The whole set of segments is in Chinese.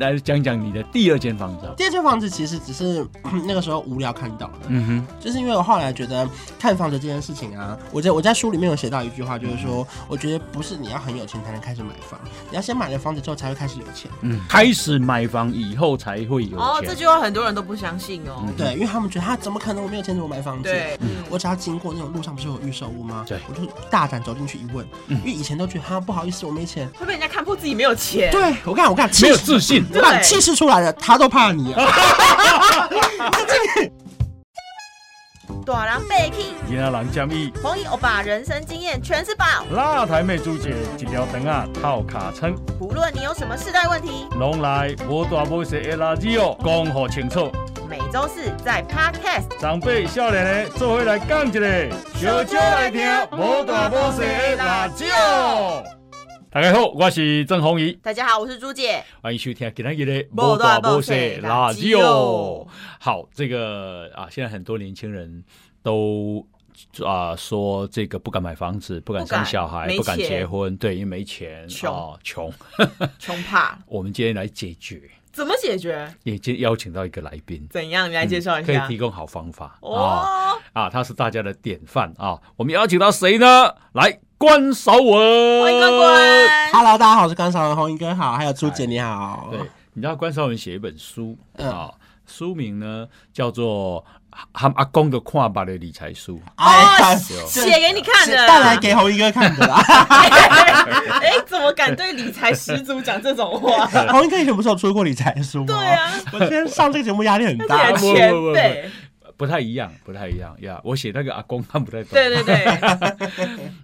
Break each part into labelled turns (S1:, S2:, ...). S1: 来讲讲你的第二间房子好了。
S2: 第二间房子其实只是 那个时候无聊看到的，
S1: 嗯哼，
S2: 就是因为我后来觉得看房子这件事情啊，我在我在书里面有写到一句话，就是说，我觉得不是你要很有钱才能开始买房，你要先买了房子之后才会开始有钱。
S1: 嗯，开始买房以后才会有
S3: 哦，这
S1: 钱。
S3: 句话很多人都不相信哦。
S2: 对，因为他们觉得啊他怎么可能我没有钱怎么买房子？
S3: 对，嗯
S2: 我只要经过那种路上不是有预售屋吗？
S1: 对嗯
S2: 我就大胆走进去一问，因为以前都觉得哈不好意思我没钱。
S3: 会被人家看破自己没有钱。
S2: 对我看我看
S1: 没有自信，
S2: 我看气势出来了，他都怕 你啊！
S3: 短郎被 king，
S1: 今仔人建议
S3: 红衣欧巴人生经验全是宝。
S1: 那台妹主姐一条灯啊套卡称，
S3: 不论你有什么世代问题，
S1: 拢来无大无小的垃圾哦，讲好清楚。
S3: 每周四在 Podcast。
S1: 长辈少年的做伙来讲一个，
S3: 小酒来听无大无小的辣椒。
S1: 哦大家好，我是郑宏仪，
S3: 大家好，我是朱姐。
S1: 欢迎收啊听今天的
S3: 无大无小哦的
S1: 辣
S3: 辣
S1: 椒
S3: 椒。
S1: 哦好，这个啊，现在很多年轻人都。啊，说这个不敢买房子，不敢
S3: 不敢
S1: 生小孩，
S3: 没
S1: 不敢
S3: 钱
S1: 结婚，对，因为没钱，
S3: 穷
S1: 哦穷。
S3: 穷怕
S1: 我们今天来解决，
S3: 怎么解决？
S1: 也今天邀请到一个来宾，嗯
S3: 怎样？你来介绍一
S1: 可以
S3: 下。
S1: 提供好方法啊
S3: 哦，
S1: 啊，他是大家的典范啊。我们邀请到谁呢？来，关韶文，
S3: 欢迎关。关。
S2: Hello，大家好，我是关少文，红英哥好，还有朱姐你好。
S1: 对，你知道关韶文写一本书
S2: 哦嗯
S1: 啊，书名呢叫做《和阿公的跨把的理财书》。
S2: 哎，
S3: 哦，写给你看的啦。
S2: 带来给红英哥看的 啊啦。
S3: 哎，怎么敢对理财始祖讲这 种话？
S2: 红英哥以前不是有出过理财书吗？
S3: 对啊，
S2: 我今天上这个节目压力很大
S3: 而
S1: 不
S3: 且。
S1: 不不不
S3: 前辈，
S1: 不太一样，不太一样呀我写那个阿公看不太懂。
S3: 对对对，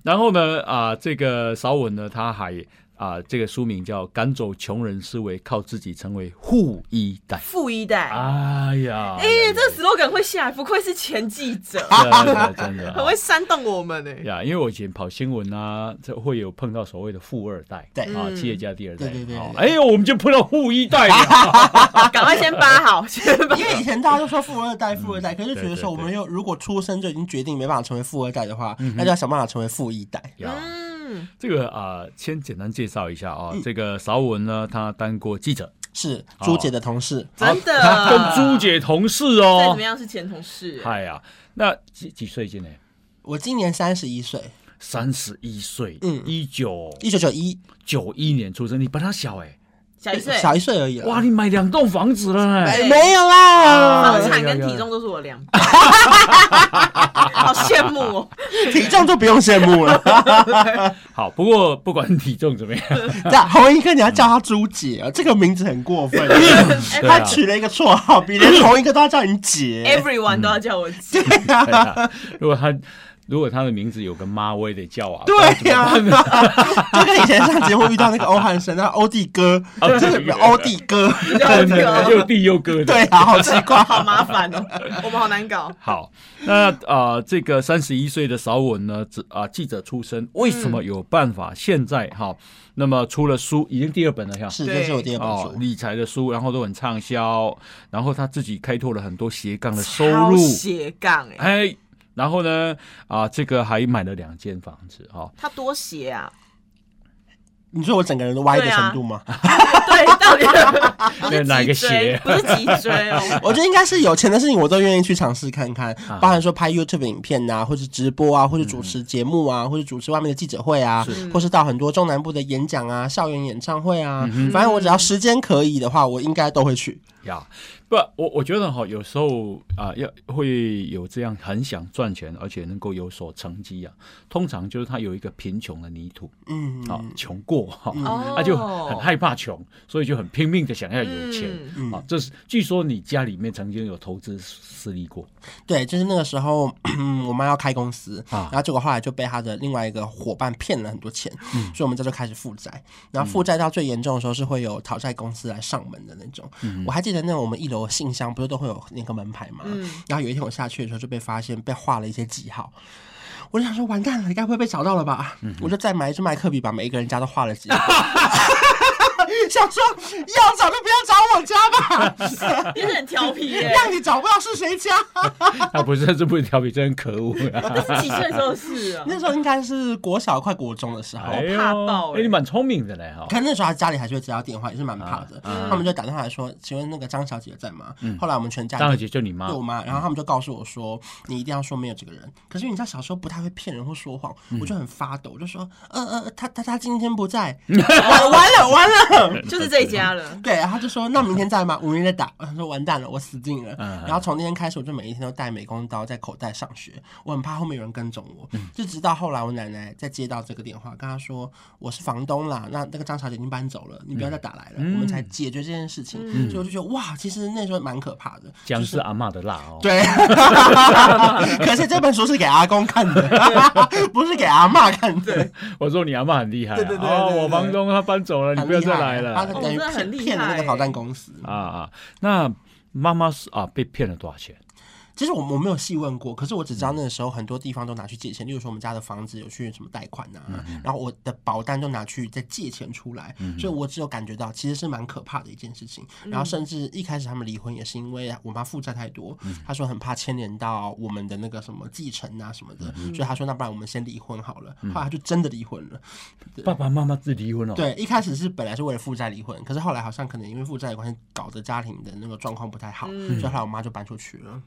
S1: 然后呢，啊、这个韶文呢，他还啊、这个书名叫《赶走穷人思维，靠自己成为富一代》。
S3: 富一代。
S1: 哎呀，
S3: 哎，这 slogan 会下来，不愧是前记者，
S1: 真的真的
S3: 很
S1: 啊
S3: 会煽动我们哎。
S1: 呀，因为我以前跑新闻啊，这会有碰到所谓的富二代，
S2: 对
S1: 啊，
S3: 嗯
S1: 企业家第二代，
S2: 对对对
S1: 啊
S2: 对
S1: 哎呦，我们就碰到富一代了，
S3: 赶快先扒 好，先扒
S2: 因为以前大家都说富二代，富二代，可是觉
S1: 对
S2: 得
S1: 对
S2: 说我们又如果出生就已经决定没办法成为富二代的话，
S1: 嗯哼
S2: 那就要想办法成为富一代。
S1: 呀，
S3: 嗯，
S1: 这个啊、先简单介绍一下啊，
S2: 嗯
S1: 这个韶文呢，他当过记者，
S2: 是
S1: 哦
S2: 朱姐的同事，
S3: 真的。
S1: 他跟朱，姐哦同事
S3: 再怎
S1: 哦
S3: 么，样是前同事。
S1: 嗨呀、那几几岁今年？
S2: 我今年三十一岁，
S1: 三十一岁，
S2: 嗯
S1: 一九
S2: 一九九一，
S1: 九一年出生，你比他小哎、
S3: 小一岁，
S2: 小一岁而已啦。
S1: 哇，你买两栋房子了哎、
S2: 嗯哎没有啦
S3: 房
S1: 啊，
S3: 产跟体重都是我量，
S1: 哎
S3: 好羡慕哦。
S2: 体重就不用羡慕了。
S1: 好，不过不管体重怎么样，
S2: 这样红英哥，你要叫她朱姐啊，这个名字很过分。
S3: 哎
S1: 对
S2: 她
S1: 啊
S2: 取了一个绰号，比连红英哥都要叫你姐。
S1: 嗯
S3: Everyone 都要叫我姐，
S1: 对啊如果他如果他的名字有个妈，我也得叫 啊。
S2: 对呀， 就跟以前上节目遇到那个欧汉生，那欧弟哥，
S1: 哦
S2: 就是欧弟哥，
S1: 真的又弟又哥的。
S2: 对啊，好奇怪。
S3: 好麻烦哦，我们好难搞。
S1: 好，那啊、呃这个三十一岁的邵文呢，只啊、记者出身，为什
S2: 嗯
S1: 么有办法？现在哈，那么出了书，已经第二本了呀。
S2: 是，
S3: 对
S2: 这是我第二本
S1: 哦，
S2: 书。
S1: 理财的书，然后都很畅销，然后他自己开拓了很多斜杠的收
S3: 超
S1: 入，
S3: 斜杠哎，
S1: 哎，然后呢，啊，这个还买了两间房子哈、
S3: 他多斜啊？
S2: 你说我整个人都歪的
S3: 对啊
S2: 程度吗？
S3: 对，到底 不是
S1: 哪个
S3: 脊
S1: 斜
S3: 椎，不是脊 椎哦。
S2: 我觉得应该是有钱的事情，我都愿意去尝试看看
S1: 啊，
S2: 包含说拍 YouTube 影片呐、或是直播啊，或是主持节目啊，或是主持外面的记者会啊，
S3: 嗯
S1: 是
S2: 或是到很多中南部的演讲啊、校园演唱会啊，反正我只要时间可以的话，我应该都会去。
S1: 呀不，我我觉得哈，有时候啊、要会有这样很想赚钱，而且能够有所成绩啊，通常就是他有一个贫穷的泥土，
S2: 嗯，
S1: 啊，穷过哈，他、
S3: 哦
S1: 啊就很害怕穷，所以就很拼命的想要有钱。
S3: 嗯
S2: 嗯
S1: 啊，这是据说你家里面曾经有投资失利过，
S2: 对，就是那个时候， 嗯我妈要开公司，
S1: 啊
S2: 然后结果后来就被她的另外一个伙伴骗了很多钱，所以我们这就开始负债。然后负债到最严重的时候，是会有讨债公司来上门的那种。我还记得那种我们一楼信箱不是都会有那个门牌嘛，
S3: 嗯
S2: 然后有一天我下去的时候就被发现被画了一些记号。我就想说，完蛋了，该不会被找到了吧？我就再买一支麦克笔，把每一个人家都画了记号。想说要找就不要找我家吧，
S3: 你 是很调皮耶、
S2: 让你找不到是谁家。
S1: 啊，不是，这不是调皮，这很可 恶啊！
S3: 那是几岁的时候的事啊？
S2: 那时候应该是国小快国中的时候，
S1: 哎呦
S3: 怕爆
S1: 哎、
S3: 欸
S1: 你蛮聪明的嘞哈。
S2: 可能那时候他家里还是会接到电话，也是蛮怕的。
S1: 啊
S2: 他们就打电话来说：“请问那个张小姐在吗？”后来我们全家
S1: 嗯张小
S2: 就
S1: 姐嗯就你妈
S2: 对我妈，然后他们就告诉我说：“你一定要说没有这个人。”可是你知道小时候不太会骗人或说谎，
S1: 嗯
S2: 我就很发抖，我就说：“呃呃，他他他今天不在，完完了完了。”
S3: 就是这一家了。
S2: 对，然后就说那明天在吗？我明天再打。他说完蛋了，我死定了。
S1: 嗯
S2: 然后从那天开始，我就每一天都带美工刀在口袋上学，我很怕后面有人跟踪我。
S1: 嗯
S2: 就直到后来我奶奶再接到这个电话，跟她说我是房东啦，那那个张小姐已经搬走了，你不要再打来了，
S1: 嗯
S2: 我们才解决这件事情。
S3: 嗯
S2: 所以我就觉得哇，其实那时候蛮可怕的，
S1: 姜是阿嬷的辣哦。
S2: 对，可是这本书是给阿公看的，不是给阿妈看的。
S1: 我说你阿嬷很厉害、啊，
S2: 对对对
S1: 哦
S2: 对对
S1: 我房东他搬走了，你
S2: 很
S1: 不要
S2: 厉
S1: 再
S2: 害啊
S1: 来了
S2: 他是等于
S3: 哦真的很厉害
S2: 骗了那个导弹公司。
S1: 啊啊！那妈妈是啊，被骗了多少钱？
S2: 其实我我没有细问过，可是我只知道那个时候很多地方都拿去借钱，例如说我们家的房子有去什么贷款呐、啊然后我的保单都拿去再借钱出来，所以我只有感觉到其实是蛮可怕的一件事情。然后甚至一开始他们离婚也是因为我妈负债太多，她说很怕牵连到我们的那个什么继承啊什么的，所以她说那不然我们先离婚好了。后来她就真的离婚了。
S1: 爸爸妈妈自离婚了、哦。
S2: 对，一开始是本来是为了负债离婚，可是后来好像可能因为负债的关系，搞得家庭的那个状况不太好，所以后来我妈就搬出去了。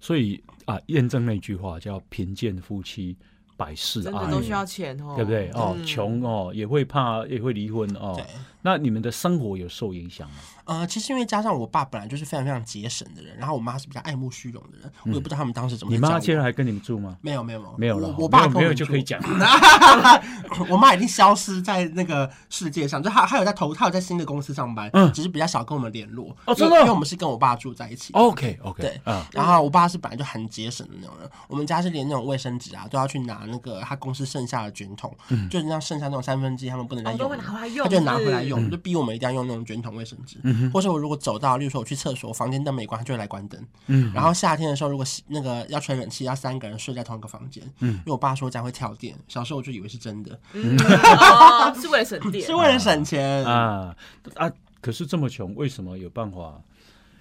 S1: 所以啊，验证那句话叫“贫贱夫妻百事
S3: 真
S1: 哀”，
S3: 的都需要钱哦，
S1: 对不对？哦，穷哦，也会怕，也会离婚哦
S2: 对。
S1: 那你们的生活有受影响吗？
S2: 呃，其实因为加上我爸本来就是非常非常节省的人，然后我妈是比较爱慕虚荣的人，我也不知道他们当时怎
S1: 嗯
S2: 么
S1: 你
S2: 在教
S1: 妈
S2: 我。
S1: 接着还跟你们住吗？
S2: 没有没有
S1: 没有了
S2: 我
S1: 哦，
S2: 我
S1: 没
S2: 爸
S1: 有
S2: 跟我
S1: 没有
S2: 们
S1: 就
S2: 住
S1: 可以讲。
S2: 我妈已经消失在那个世界上，就她她有在投，她有在新的公司上班，
S1: 嗯
S2: 只是比较少跟我们联络。
S1: 哦真
S2: 因为
S1: 的哦
S2: 因为我们是跟我爸住在一起。
S1: OK OK，
S2: 对
S1: 啊，
S2: 然后我爸是本来就很节省的那种人，我们家是连那种卫生纸啊都要去拿那个他公司剩下的卷筒，就是那样剩下那种三分之一他们不能再
S3: 嗯哦
S2: 用
S3: 都
S2: 了，
S3: 会拿回来用
S2: 他就拿回来
S3: 是嗯
S2: 用，就逼我们一定要用那种卷筒卫生纸，或者我如果走到，例如说我去厕所，房间灯没关，他就会来关灯，
S3: 嗯
S2: 然后夏天的时候如果洗那个要吹冷气，要三个人睡在同一个房间，
S3: 嗯
S2: 因为我爸说这样会跳电，小时候我就以为是真的，
S3: 哦，是为了省 电
S2: 是。为了省钱
S1: 啊啊！可是这么穷，为什么有办法？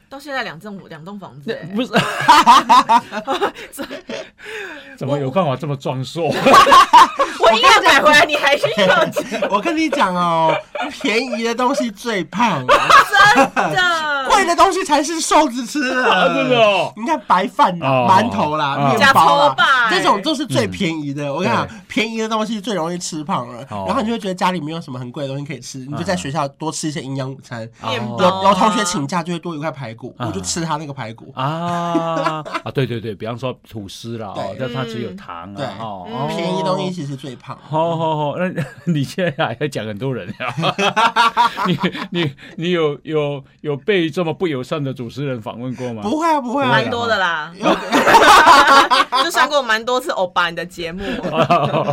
S3: 到现在两栋两栋房子耶，
S1: 不是，怎么有办法这么壮硕？
S3: 我硬要买回来，你还是要钱
S2: 我跟你讲哦，便宜的东西最胖，啊
S3: 的。
S2: 贵的东西才是瘦子吃
S1: 啊
S2: 的，
S1: 真的哦
S2: 你看白饭啦、
S1: 哦
S2: 馒头啦、
S1: 哦
S2: 面包
S3: 假抽吧
S2: 啦，这种都是最便宜的。我跟你讲
S1: 对，
S2: 便宜的东西最容易吃胖了，
S1: 嗯哦啊
S2: 然后你就会觉得家里没有什么很贵的东西可以吃，你就在学校多吃一些营养午餐。
S3: 面
S1: 哦
S2: 有
S3: 包
S2: 有同学请假就会多一块排骨，
S1: 啊
S2: 我就吃他那个排骨。
S1: 啊啊，对对对，比方说吐司啦，哦，
S2: 对嗯
S1: 但它只有糖
S2: 对
S1: 啊，哦，哦
S2: 便宜的东西。其实最胖。
S1: 好好好，那你现在还在讲很多人呀？ 你你你有有有被这么不友善的主持人访问过吗？
S2: 不会啊，不会啊
S1: 对
S3: 蛮，多的啦，
S2: 因为
S3: 就上过蛮多次欧巴你的节目，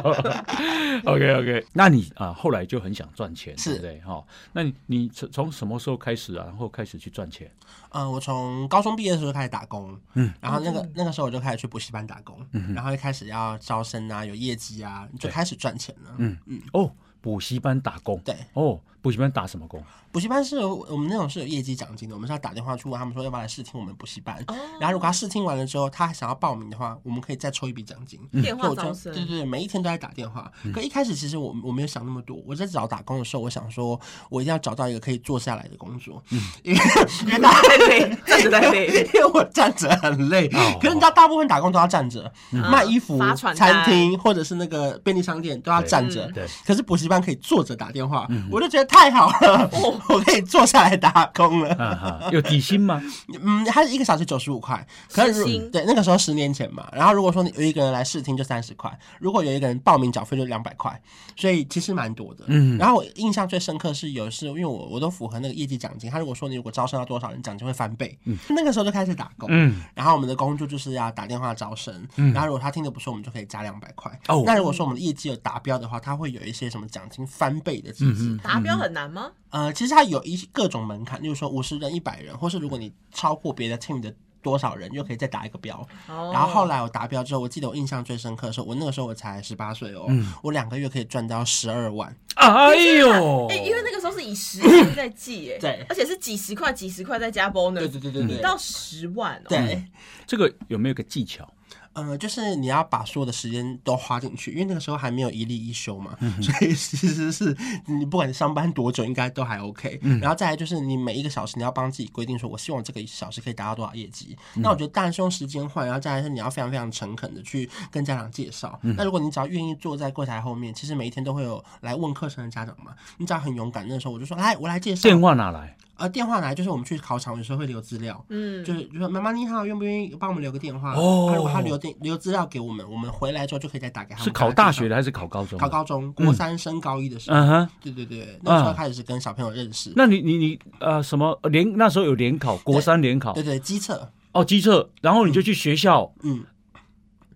S1: OK OK，那你啊后来就很想赚钱，对
S2: 是
S1: 不对？哈、那你你从从什么时候开始啊？然后开始去赚钱？
S2: 嗯，我从高中毕业的时候就开始打工，嗯，然后那个那个时候我就开始去补习班打工，
S1: 嗯
S2: 然后就开始要招生啊，有业绩啊，就开始赚钱了。
S1: 嗯嗯哦，补习班打工。
S2: 对
S1: 哦，补习班打什么工？
S2: 补习班是有我们那种是有业绩奖金的，我们是要打电话去问他们说要不要来试听我们补习班，然后如果他试听完了之后，他还想要报名的话，我们可以再抽一笔奖金。
S3: 电
S2: 所以
S3: 话
S2: 我
S3: 招
S2: 就
S3: 生
S2: 对，对对，每一天都在打电话。可一开始其实我我没有想那么多，我在找打工的时候，我想说我一定要找到一个可以坐下来的工作，因为 因为大家
S3: 太累，真的太累。
S2: 因为我站着很累，
S1: 哦嗯
S2: 可是你知道，大部分打工都要站着，卖衣服
S3: 嗯发、传单
S2: 餐厅或者是那个便利商店都要站着
S1: 嗯对。嗯
S2: 可是补习班可以坐着打电话，我就觉得太好了，
S3: 哦
S2: 我可以坐下来打工了。
S1: 啊哈，有底薪吗？
S2: 嗯，它是一个小时九十五块，可是
S3: 时
S2: 如
S3: 薪
S2: 对那个时候十年前嘛，然后如果说你有一个人来试听就三十块，如果有一个人报名缴费就两百块，所以其实蛮多的。嗯，然后我印象最深刻是有一次，因为我我都符合那个业绩奖金，他如果说你如果招生到多少人，奖金会翻倍。嗯，那个时候就开始打工。
S1: 嗯，
S2: 然后我们的工作就是要打电话招生，然后如果他听得不错，我们就可以加两百块。
S1: 哦
S2: 那如果说我们的业绩有达标的话，他会有一些什么奖金翻倍的机制。
S3: 达标很难吗？
S2: 呃，其实它有一些各种门槛，例如说五十人、一百人，或是如果你超过别的 team 的多少人，又可以再打一个标。
S3: 然
S2: 然后后来我达标之后，我记得我印象最深刻的时候，我那个时候我才十八岁哦，我两个月可以赚到十二万，
S1: 哎
S2: 哦
S1: 呦，
S3: 哎、因为那个时候是以十元在计、哎，
S2: 对
S3: 而且是几十块、几十块再加 bonus，
S2: 对对对对对
S3: 你到十万哦、
S2: 对，
S1: 这个有没有个技巧？
S2: 呃，就是你要把所有的时间都花进去，因为那个时候还没有一例一休嘛，所以其实是你不管上班多久，应该都还 OK。然后再来就是你每一个小时，你要帮自己规定说，我希望这个一小时可以达到多少业绩。那我觉得当然是用时间换，然后再来是你要非常非常诚恳的去跟家长介绍。那如果你只要愿意坐在柜台后面，其实每一天都会有来问课程的家长嘛，你只要很勇敢，那时候我就说，来，我来介绍。
S1: 电话拿来？
S2: 呃，电话来就是我们去考场有时候会留资料，
S3: 嗯，
S2: 就是就说妈妈你好，愿不愿意帮我们留个电话？
S1: 哦
S2: 他如果他留电留资料给我们，我们回来之后就可以再打给他们。
S1: 是考大学
S2: 的，
S1: 的还是考高中？
S2: 考。高中国三升高一的时候，
S1: 嗯哼，
S2: 对对对，那时候开始跟小朋友认识。
S1: 那你你你呃什么联那时候有联考，国三联考
S2: 对对，机测，
S1: 哦，机测，然后你就去学校
S2: 嗯，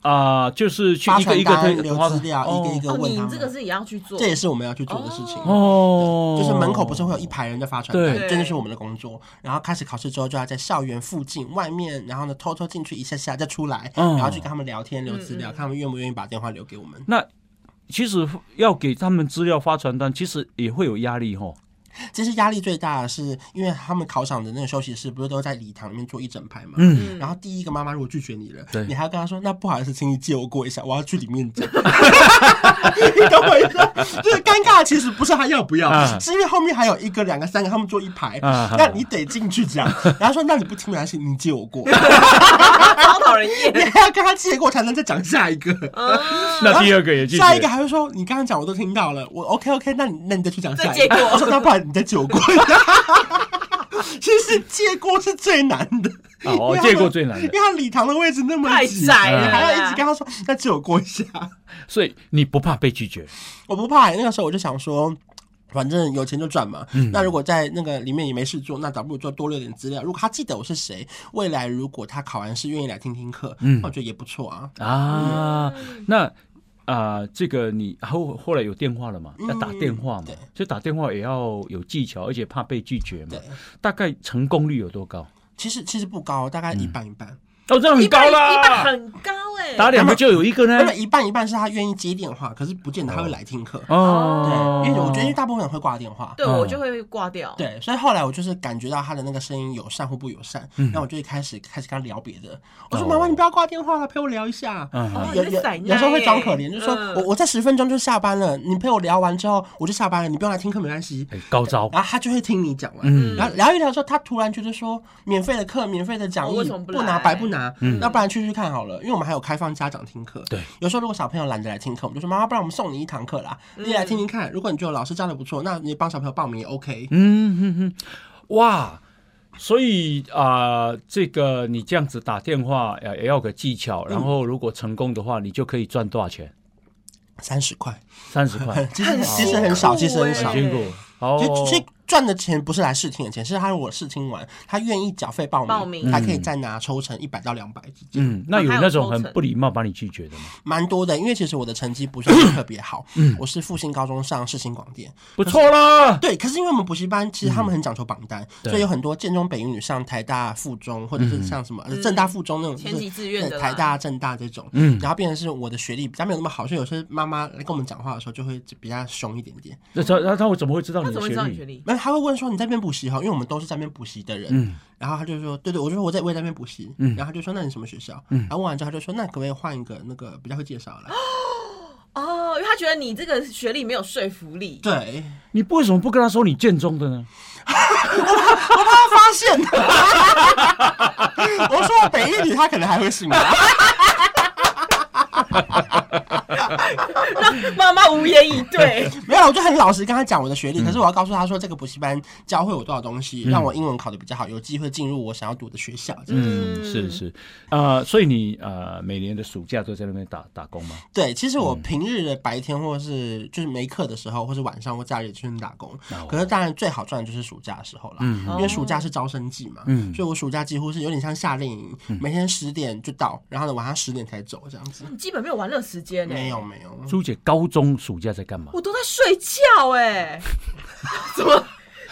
S1: 啊、就是去
S2: 发
S1: 一个
S2: 传
S1: 一个
S2: 单、
S1: 推
S2: 留资料，一个一
S1: 个
S2: 个
S3: 哦，
S2: 问他
S3: 你
S2: 们。
S3: 这个是也要去做，
S2: 这也是我们要去做的事情。
S1: 哦，
S2: 就是门口不是会有一排人在发传单，
S1: 对
S2: 这就是我们的工作。然后开始考试之后，就要在校园附近、外面，然后呢偷偷进去一下下，再出来，
S1: 嗯
S2: 然后去跟他们聊天、留资
S3: 嗯
S2: 料，看他们愿不愿意把电话留给我们。
S1: 那其实要给他们资料发传单，其实也会有压力吼。
S2: 啊其实压力最大的是，因为他们考场的那个休息室不是都在礼堂里面坐一整排嘛。
S1: 嗯
S2: 然后第一个妈妈如果拒绝你了
S1: 对，
S2: 你还要跟她说：“那不好意思，请你借我过一下，我要去里面讲。” 你懂我意思吗？就是尴尬，其实不是他要不要，
S1: 啊
S2: 是因为后面还有一个、两个、三个，他们坐一排，
S1: 啊
S2: 那你得进去讲。然后说：“那你不听没关系，你借我过。”
S3: 超讨 人
S2: 你
S3: 厌。
S2: 还要跟他借过才能再讲下一个。
S3: 嗯，
S1: 那第二个也拒绝，
S2: 下一个还会说你刚刚讲我都听到了，我 OK OK，那你那你再去讲下
S3: 再
S2: 一
S3: 借
S2: 个。
S3: 过
S2: 我说那不然你再借我过。 其实借过是最难的，
S1: 哦，
S2: 因为他
S1: 借过最难
S2: 因
S1: 的，
S2: 为他礼堂的位置那么
S3: 太
S2: 挤
S3: 窄
S1: 了啦
S2: 还要一直跟他说那借我过一下。
S1: 所以你不怕被拒绝，
S2: 我不怕、那个时候我就想说。反正有钱就赚嘛。
S1: 嗯
S2: 那如果在那个里面也没事做，那倒不如就多留点资料。如果他记得我是谁，未来如果他考完试愿意来听听课，
S1: 嗯
S2: 那我觉得也不错啊。
S1: 啊？那啊、这个你后后来有电话了嘛？
S2: 嗯
S1: 要打电话嘛
S2: 对？
S1: 所以打电话也要有技巧，而且怕被拒绝嘛
S2: 对。
S1: 大概成功率有多高？
S2: 其实其实不高，大概
S1: 嗯
S2: 一半一半。
S1: 哦，这样很高
S3: 一半
S1: 啦，
S3: 很高哎、
S1: 打两个就有一个呢
S2: 那。么一半一半是他愿意接电话，可是不见得他会来听课。
S1: 哦，
S2: 对，因为我觉得因为大部分人会挂电话。
S3: 对
S1: 嗯
S3: 我就会挂掉。
S2: 对，所以后来我就是感觉到他的那个声音友善或不友善，然后我就一开始开始跟他聊别的。我说：“
S1: 嗯哦
S2: 妈妈，你不要挂电话了，陪我聊一下。
S1: 嗯
S3: 哦
S2: 有
S3: 你
S2: 有
S3: 在塞奶
S2: 有时候会装可怜，就说
S3: 嗯
S2: 我我在十分钟就下班了，你陪我聊完之后我就下班了，你不用来听课没关系。
S1: 哎高招，
S2: 然后他就会听你讲完，
S1: 嗯
S2: 然后聊一聊之后，他突然觉得说，免费的课、免费的讲义、
S3: 哦我为什么不
S2: 不
S3: 来
S2: 拿白不拿，那不然去去看好了，因为我们还有开放家长听课。
S1: 对，
S2: 有时候如果小朋友懒得来听课，我们就说妈妈，不然我们送你一堂课啦，
S3: 嗯
S2: 你也来听听看。如果你觉得老师教的不错，那你帮小朋友报名也 OK。
S1: 嗯哼哼，哇！所以啊、这个你这样子打电话，呃，也要有个技巧。然后如果成功的话，你就可以赚多少钱？
S2: 三十块，
S1: 三十块，
S2: 其实其
S1: 辛
S2: 实
S1: 苦
S2: 很少，其实很
S3: 欸
S2: 少
S1: 很。辛苦。
S2: 其实
S1: 哦，
S2: 其实赚的钱不是来试听的钱，是他如果试听完，他愿意缴费报名，
S3: 报名
S2: 他可以再拿抽成一百到两百之间。
S1: 嗯，那有
S3: 还有
S1: 那种
S3: 抽
S1: 很
S3: 成
S1: 不礼貌把你拒绝的吗？
S2: 蛮多的，因为其实我的成绩不是特别好，我是复兴高中上世新广电，
S1: 不错啦，
S2: 对，可是因为我们补习班其实他们很讲求榜单，
S1: 嗯对嗯
S2: 所以有很多建中、北一女上台大附中，或者是像什么
S3: 嗯
S2: 呃正大附中那种，
S3: 前
S2: 就是
S3: 几志愿的
S2: 对
S3: 啦
S2: 台大、正大这种，嗯，然后变成是我的学历比较没有那么好，所以有些妈妈来跟我们讲话的时候就会比较凶一点点。
S1: 那他那他我怎么会知道
S3: 他
S1: 你
S3: 怎
S1: 的
S3: 么
S1: 学
S3: 会知道你
S1: 历
S3: 学？历？
S2: 那他会问说你在那边补习哈，因为我们都是在那边补习的人，
S1: 嗯
S2: 然后他就说对对，我就说我在我也在那边补习，然后他就说那你什么学校？
S1: 嗯
S2: 然后问完之后他就说那可不可以换一个那个比较会介绍 来？
S3: 哦，因为他觉得你这个学历没有说服力。
S2: 对，
S1: 你为什么不跟他说你建中的呢？
S2: 我怕他发现 的。我说我北一女，他可能还会信我。
S3: 让妈妈无言以对。
S2: 没有，我就很老实跟他讲我的学
S1: 嗯
S2: 历，可是我要告诉他说，这个补习班教会我多少东西，让我英文考得比较好，有机会进入我想要读的学校。这样
S1: 嗯，是是，啊，所以你呃每年的暑假都在那边打打工吗？
S2: 对，其实我
S1: 嗯
S2: 平日的白天或是就是没课的时候，或是晚上或假日去打工。可是当然最好赚的就是暑假的时候啦，因为暑假是招生季嘛，
S1: 嗯
S2: 所以我暑假几乎是有点像夏令营，每天十点就到，然后呢晚上十点才走这样子。
S3: 你基本没有玩乐时间呢、
S2: 没有没
S1: 嗯
S2: 有，
S1: 朱姐高中暑假在干嘛？
S3: 我都在睡觉哎、怎么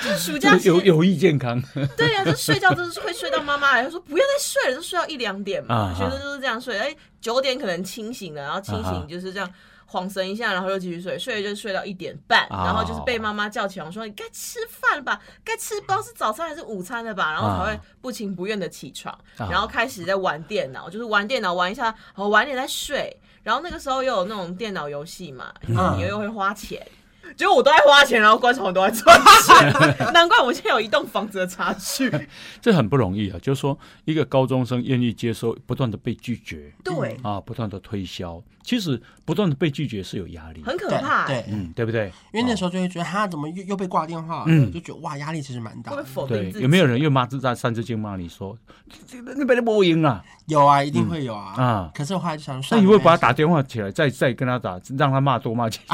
S3: 就是暑假期
S1: 有有益健康。
S3: 对呀、就是睡觉真的是会睡到妈妈来说不要再睡了，就睡到一两点嘛
S1: 啊，
S3: 学生就是这样睡，哎，九点可能清醒了，然后清
S1: 啊哈
S3: 醒就是这样。晃神一下，然后又继续睡，睡了就睡到一点半，
S1: 哦
S3: 然后就是被妈妈叫起来，我说你该吃饭了吧，该吃不知道是早餐还是午餐了吧，然后才会不情不愿的起床，
S1: 啊
S3: 然后开始在玩电脑，就是玩电脑玩一下，哦，玩一点再睡，然后那个时候又有那种电脑游戏嘛，
S2: 嗯
S3: 你又会花钱，结果我都在花钱，然后观众都在赚 钱，难怪我现在有一栋房子的差距。
S1: 这很不容易啊，就是说一个高中生愿意接受不断的被拒绝
S3: 对，
S1: 啊，不断的推销，其实不断的被拒绝是有压力，
S3: 很可
S2: 对
S3: 怕、
S2: 对
S3: 欸，，
S1: 嗯，对不对？
S2: 因为那
S1: 哦
S2: 时候就会觉得他怎么又又被挂电话了，
S1: 嗯
S2: 就觉得哇压力其实蛮大
S3: 会不会
S2: 的。
S3: 否定
S1: 对
S3: 自己？
S1: 有没有人又骂自在三字经骂你说这个你本来不赢啊
S2: 有啊，一定会有啊。
S1: 啊？
S2: 可是我后来就想说，
S1: 那你会把他
S2: 算
S1: 打电话起来，再再跟他打，让他骂多骂几句？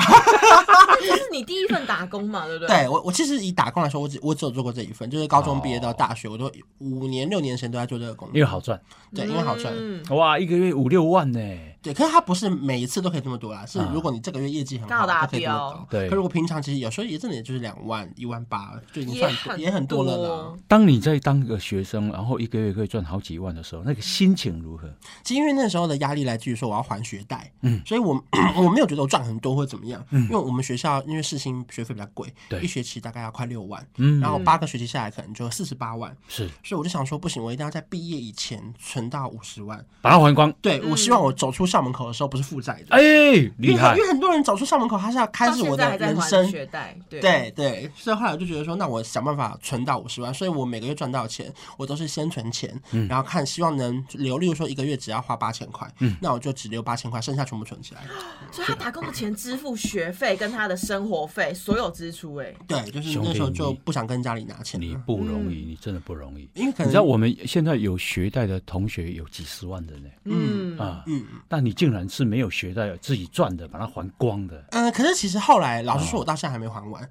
S3: 这是你第一份打工嘛，对不
S2: 了
S3: 对？
S2: 对我，我其实以打工来说，我只我只有做过这一份，就是高中毕业到大学，我都五年六年前都在做这个工 作，
S1: 因为好赚
S2: 对，因为好赚。
S3: 嗯
S1: 哇，一个月五六万呢、
S2: 对，可是它不是每一次都可以这么多啦，是
S1: 啊
S2: 如果你这个月业绩很
S3: 刚
S2: 好，
S3: 好达
S2: 就可以这么
S3: 标
S2: 高。
S1: 对
S2: 可如果平常其实有时候也真的也就是两万、一万八，就已经
S3: 也
S2: 算多
S3: 很
S2: 也很多了啦。
S1: 当你在当个学生，然后一个月可以赚好几万的时候，那个心情如何？
S2: 其实因为那时候的压力来自于说我要还学贷，嗯，所以我 我没有觉得我赚很多或怎么样，因为我们学校因为世新学费比较贵，
S1: 嗯对
S2: 一学期大概要快六万，
S1: 嗯
S2: 然后八个学期下来可能就四十八万，
S1: 是
S2: 所以我就想说不行，我一定要在毕业以前存到五十万，
S1: 把它还光，
S3: 嗯
S2: 对我希望我走出校门口的时候不是负债的，
S1: 哎、
S2: 因为
S1: 厉害
S2: 因！为很多人走出校门口，他是要开
S3: 到
S2: 始我
S3: 现在
S2: 的
S3: 还在
S2: 人
S3: 还
S2: 生，
S3: 学贷，对
S2: 对对，所以后来我就觉得说，那我想办法存到五十万，所以我每个月赚到的钱，我都是先存钱，
S1: 嗯
S2: 然后看希望能留，例如说一个月只要花八千块，
S1: 嗯
S2: 那我就只留八千块，剩下全部存起来。
S3: 所以他打工的钱支付学费跟他的生活费所有支出、欸，哎，
S2: 对，就是
S1: 兄弟
S2: 那时候
S1: 你
S2: 就不想跟家里拿钱
S1: 你
S2: 了，
S1: 不容易，你真的不容易。
S2: 因为可
S1: 你知道
S2: 能
S1: 我们现在有学贷的同学有几十万人呢、
S3: 嗯，
S1: 啊，
S2: 嗯。
S1: 但你竟然是没有学贷自己赚的，把它还光的，
S2: 嗯，可是其实后来，老实
S1: 哦
S2: 说，我到现在还没还完。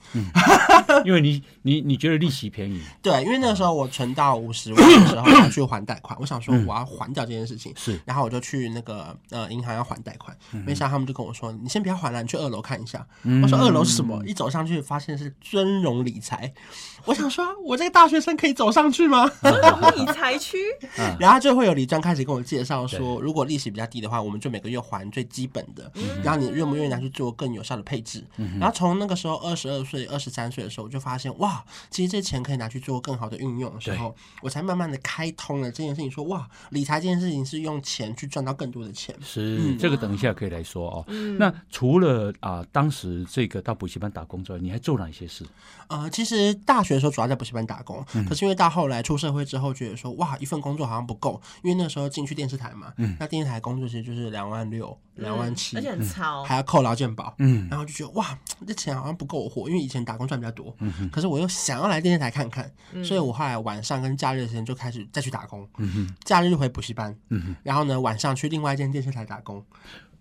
S1: 因为你你你觉得利息便宜，
S2: 对，因为那个时候我存到五十万的时候，我要去还贷款，我想说我要还掉这件事情，
S1: 是
S2: 然后我就去那个呃银行要还贷款，没想到他们就跟我说：“你先不要还了，你去二楼看一下。”我说：“二楼是什么？”一走上去发现是尊荣理财，我想说，我这个大学生可以走上去吗？
S3: 理财区，
S2: 然后就会有理专开始跟我介绍说，如果利息比较低的话，我们就每个月还最基本的，然后你愿不愿意拿去做更有效的配置？然后从那个时候二十二岁、二十三岁的时候，我就发现哇，其实这钱可以拿去做更好的运用的时候，我才慢慢的开通了这件事情，说哇，理财这件事情是用钱去赚到更多的钱。
S1: 是这个等一下可以来说哦。那除了啊、当时这个到补习班打工之外，你还做哪些事？
S2: 呃，其实大学的时候主要在补习班打工，可是因为到后来出社会之后，觉得说哇，一份工作好像不够，因为那时候进去电视台嘛，那电视台工作其实就是两万六、 两万七，
S3: 嗯而且很潮，
S2: 还要扣劳健保，
S1: 嗯，
S2: 然后就觉得哇，这钱好像不够我活，因为以前打工赚比较多，可是我又想要来电视台看看，所以我后来晚上跟假日的时间就开始再去打工，假日就回补习班，然后呢晚上去另外一间电视台打工，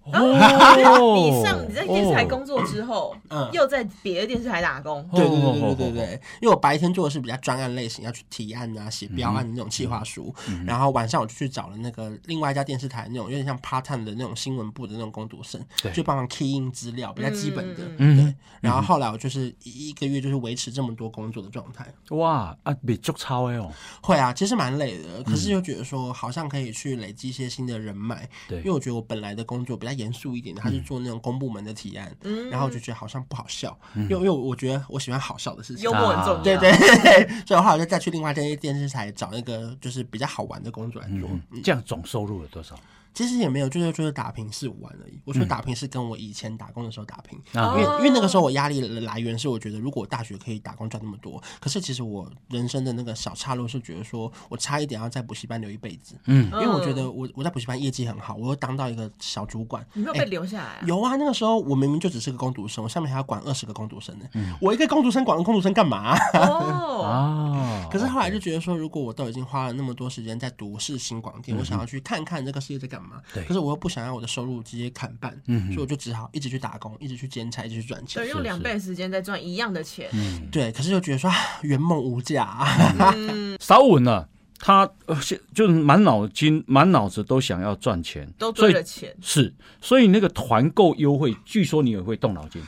S2: 嗯
S1: 哦
S3: 你上你在电视台工作之后，
S2: 嗯
S3: 又在别的电视台打工，
S1: 哦
S2: 对对对对对对，因为我白天做的是比较专案类型，要去提案啊、写标案的那种企划书，然后晚上我就去找了那个另外一家电视台那种有点像 part time 的那种新闻部的那种工读生
S1: 对，
S2: 就帮忙 key in 资料，比较基本的，
S1: 嗯
S2: 对。然后后来我就是一一个月就是维持这么多工作的状态，
S1: 哇啊，被捉抄哎哦，
S2: 会啊，其实蛮累的，可是又觉得说好像可以去累积一些新的人脉，
S1: 对
S2: 因为我觉得我本来的工作比较严肃一点的，他是做那种公部门的提案，
S3: 嗯
S2: 然后我就觉得好像不好笑，因为因为我觉得我喜欢好笑的事情
S3: 幽。默很重要，
S1: 啊
S2: 对对对，所以我后来就再去另外一间电视台找那个就是比较好玩的工作来做。
S1: 嗯，这样总收入有多少？
S2: 其实也没有，就是就是打平四五万而已。我说打平是跟我以前打工的时候打平，
S1: 啊
S3: 哦
S2: 因为因为那个时候我压力的来源是我觉得如果我大学可以打工赚那么多，可是其实我人生的那个小岔路是觉得说我差一点要在补习班留一辈子，
S1: 嗯
S2: 因为我觉得我我在补习班业绩很好，我又当到一个小主管，
S3: 你没有被留下来、啊，
S2: 有啊，那个时候我明明就只是个工读生，我下面还要管二十个工读生呢。
S1: 嗯
S2: 我一个工读生管工读生干嘛？啊
S3: 哦，
S1: 啊，
S2: 可是后来就觉得说，如果我都已经花了那么多时间在读世新广电，我想要去看看这个世界在干嘛。
S1: 嗯对嗯
S2: 可是我又不想要我的收入直接砍半，所以我就只好一直去打工，一直去兼差，一直去赚钱
S3: 对，。用两倍的时间在赚一样的钱，
S2: 嗯对，可是又觉得说啊圆梦无价、
S1: 嗯
S2: 啊，
S1: 少稳了，他呃是就是满脑筋满脑子都想要赚钱，
S3: 都
S1: 所
S3: 对
S1: 以
S3: 了钱，
S1: 是，所以那个团购优惠，据说你也会动脑筋，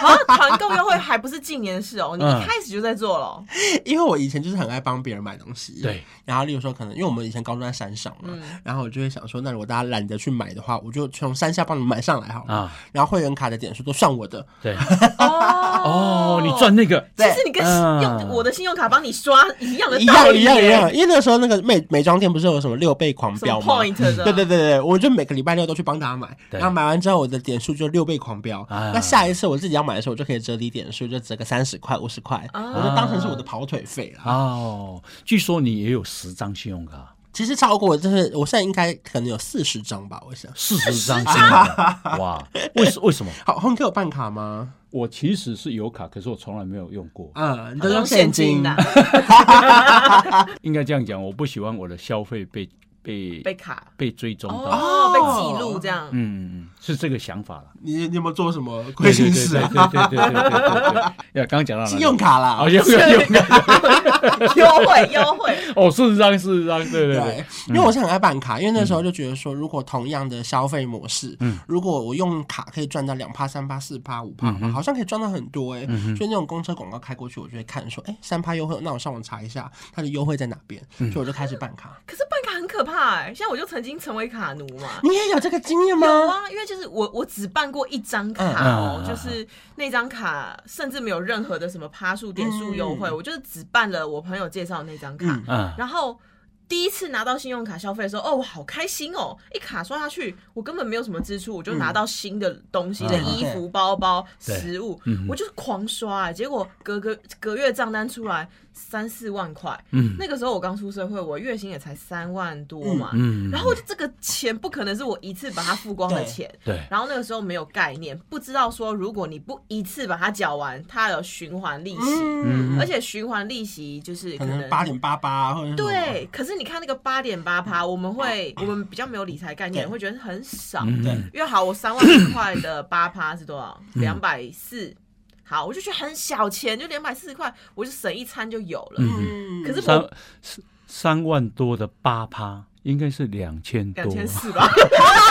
S3: 好像团购优惠还不是近年的事哦，你
S1: 嗯
S3: 一开始就在做了 哦，
S2: 因为我以前就是很爱帮别人买东西，
S1: 对。
S2: 然后，例如说，可能因为我们以前高中在山上嘛，
S3: 嗯
S2: 然后我就会想说，那如果大家懒得去买的话，我就从山下帮你们买上来好了。
S1: 啊，
S2: 然后会员卡的点数都算我的，
S1: 对，
S3: 哦
S1: 哦，你赚那个，
S3: 其
S2: 对
S3: 实你跟
S1: 嗯
S3: 用我的信用卡帮你刷一样的
S2: 一
S3: 道
S2: 样
S3: 理
S2: 一样一
S3: 耶
S2: 样。因为那时候那个美美妆店不是有什么六倍狂
S3: 什
S2: 飙
S3: 么
S2: 吗？
S3: point 的，
S2: 对对对对，我就每个礼拜六都去帮大家买，
S1: 对
S2: 然后买完之后我的点数就六倍狂飙。
S1: 啊
S2: 那下一次我自己要买的时候，我就可以折抵点数，就折个三十块、五十块，
S3: 啊
S2: 我就当成是我的跑腿费了。
S1: 哦，据说你也有十张信用卡，
S2: 其实超过就是我现在应该可能有四十张吧，我想。
S1: 四十张信用卡，哇，为什为什么？
S2: 好，Home 哥有办卡吗？
S1: 我其实是有卡，可是我从来没有用过。
S2: 嗯，你
S3: 都
S2: 都用
S3: 用
S2: 现
S3: 现
S2: 金啊
S3: 金啊的，
S1: 应该这样讲，我不喜欢我的消费被被
S3: 被卡
S1: 被追踪到。
S3: 哦，被记录这
S1: 嗯
S3: 样。
S1: 嗯嗯，是这个想法了。
S2: 你你有没有做什么亏心事啊？
S1: 对对对对对对对对。呀，刚刚讲到哪里
S2: 信用卡啦
S1: 哦，，用用用用。
S3: 优惠优惠，
S1: 哦，四十张，四十张，对对对嗯
S2: 对。，因为我是很爱办卡，因为那时候就觉得说，如果同样的消费模式，
S1: 嗯
S2: 如果我用卡可以赚到两趴、三趴、四趴、五趴，好像可以赚到很多哎、
S1: 嗯
S2: 所以那种公车广告开过去，我就会看说，哎、三趴优惠，那我上网查一下它的优惠在哪边，
S1: 嗯
S2: 所以我就开始办卡。
S3: 可是办卡很可怕哎、现在我就曾经成为卡奴嘛。
S2: 你也有这个经验
S3: 有
S2: 吗？
S3: 啊，因为就是我我只办过一张卡
S1: 嗯
S3: 哦
S1: 嗯嗯，嗯
S3: 就是那张卡甚至没有任何的什么趴数点数优惠，
S2: 嗯
S3: 我就是只办了我朋友介绍的那张啊卡。
S2: 嗯
S1: 嗯，
S3: 然后第一次拿到信用卡消费的时候，哦，我好开心哦！一卡刷下去，我根本没有什么支出，我就拿到新的东西，
S1: 嗯
S3: 的衣服、包包、
S1: 对
S3: 食物
S1: 嗯，
S3: 我就是狂刷、欸结果隔个隔月账单出来三四万块，
S1: 嗯
S3: 那个时候我刚出社会，我月薪也才三万多嘛，
S1: 嗯
S3: 然后这个钱不可能是我一次把它付光的
S2: 对
S3: 钱，
S1: 对
S3: 然后那个时候没有概念，不知道说如果你不一次把它缴完，它有循环利息，
S2: 嗯，
S3: 而且循环利息就是
S2: 可
S3: 可
S2: 能
S3: 能
S2: 八点八八
S1: 嗯
S2: 或者是什么，
S3: 对，可是你看那个八点八趴，我们会我们比较没有理财概念，
S2: 对
S3: 会觉得很少。
S1: 嗯
S2: 对
S3: 因为好，我三万块的八趴是多少？两百四。好，我就觉得很小钱，就两百四十块，我就省一餐就有了。
S2: 嗯，
S3: 可是
S1: 三
S3: 我
S1: 三三万多的八趴，应该是两千多
S3: 两。千四吧，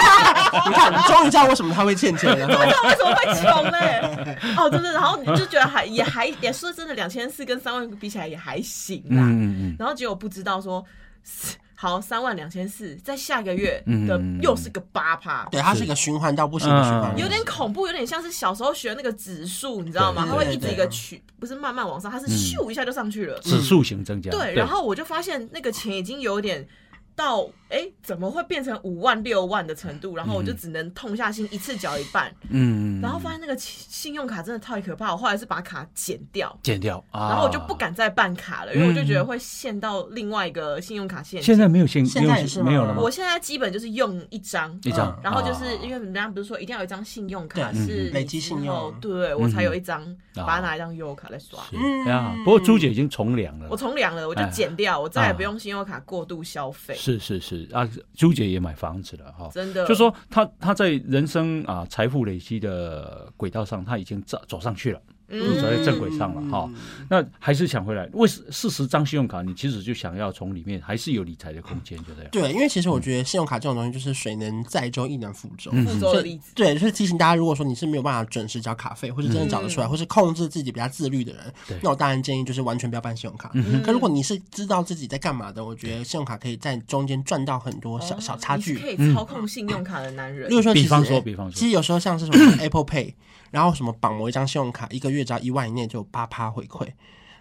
S2: 你看，终于知道为什么他会欠钱了。
S3: 那为什么会穷嘞？哦，真的，然后你就觉得还也还也说真的，两千四跟三万比起来也还行啦。
S1: 嗯嗯
S3: 然后结果不知道说， 好三万两千四，在下个月的
S1: 嗯
S3: 又是个八趴，
S2: 对，它是一个循环到不行的循环，
S1: 嗯
S3: 有点恐怖，有点像是小时候学那个指数，你知道吗？
S1: 对
S3: 它会一直
S2: 对
S3: 一个曲，不是慢慢往上，它是咻一下就上去了
S1: 嗯，。指数型增加。
S3: 对，然后我就发现那个钱已经有点到，哎，怎么会变成五万六万的程度？然后我就只能痛下心一次缴一半，
S1: 嗯，
S3: 然后发现那个信信用卡真的太可怕，我后来是把卡剪掉。
S1: 减掉啊，嗯
S3: 然后我就不。敢再办卡了，因为我就觉得会陷到另外一个信用卡陷
S1: 现
S3: 阱。
S1: 在没有现，
S2: 现在也是吗
S1: 没有了吗
S3: 我？现在基本就是用一张，
S1: 一张
S2: 嗯，
S3: 然后就是因
S1: 为
S3: 为人家不是说一定要有一张信用卡
S2: 对
S3: 是
S2: 嗯累积信用
S3: 哦，对我才有一张，
S1: 啊
S3: 把它拿一张优卡来刷。
S2: 嗯
S1: 呀，不过朱姐已经从良了
S3: 我。从良了，我
S2: 哎
S3: 就减掉，我
S2: 啊
S3: 再也不用信用卡过度消费，
S1: 是是是啊，朱姐也买房子了哈。
S2: 嗯
S3: 真的。
S1: 就说她她在人生啊财富累积的轨道上，她已经走走上去了，
S3: 嗯
S2: 嗯
S1: 走在嗯正轨上了哈。那还是想回来，为四十张信用卡，你其实就想要从里面还是有理财的空间，就这样。
S2: 对，因为其实我觉得信用卡这种东西就是水能载舟，亦能覆舟。
S1: 嗯
S3: 复州
S2: 所
S3: 的
S2: 以
S3: 例子，
S2: 对，就是提醒大家，如果说你是没有办法准时缴卡费，或是真的缴得出来，
S3: 嗯
S2: 或是控制自己比较自律的人
S1: 对，嗯
S2: 那我当然建议就是完全不要办信用卡。可如果你是知道自己在干嘛的，我觉得信用卡可以在中间赚到很多嗯小小差
S3: 哦你是
S2: 距。嗯
S3: 可以操控信用卡的男人
S2: 例。如说，
S1: 比
S2: 其实哎
S1: 方说比方说
S2: 其实有时候像是什 么 Apple Pay，然后什么绑某一张信用卡，一个月只要一万以内就有八趴回馈。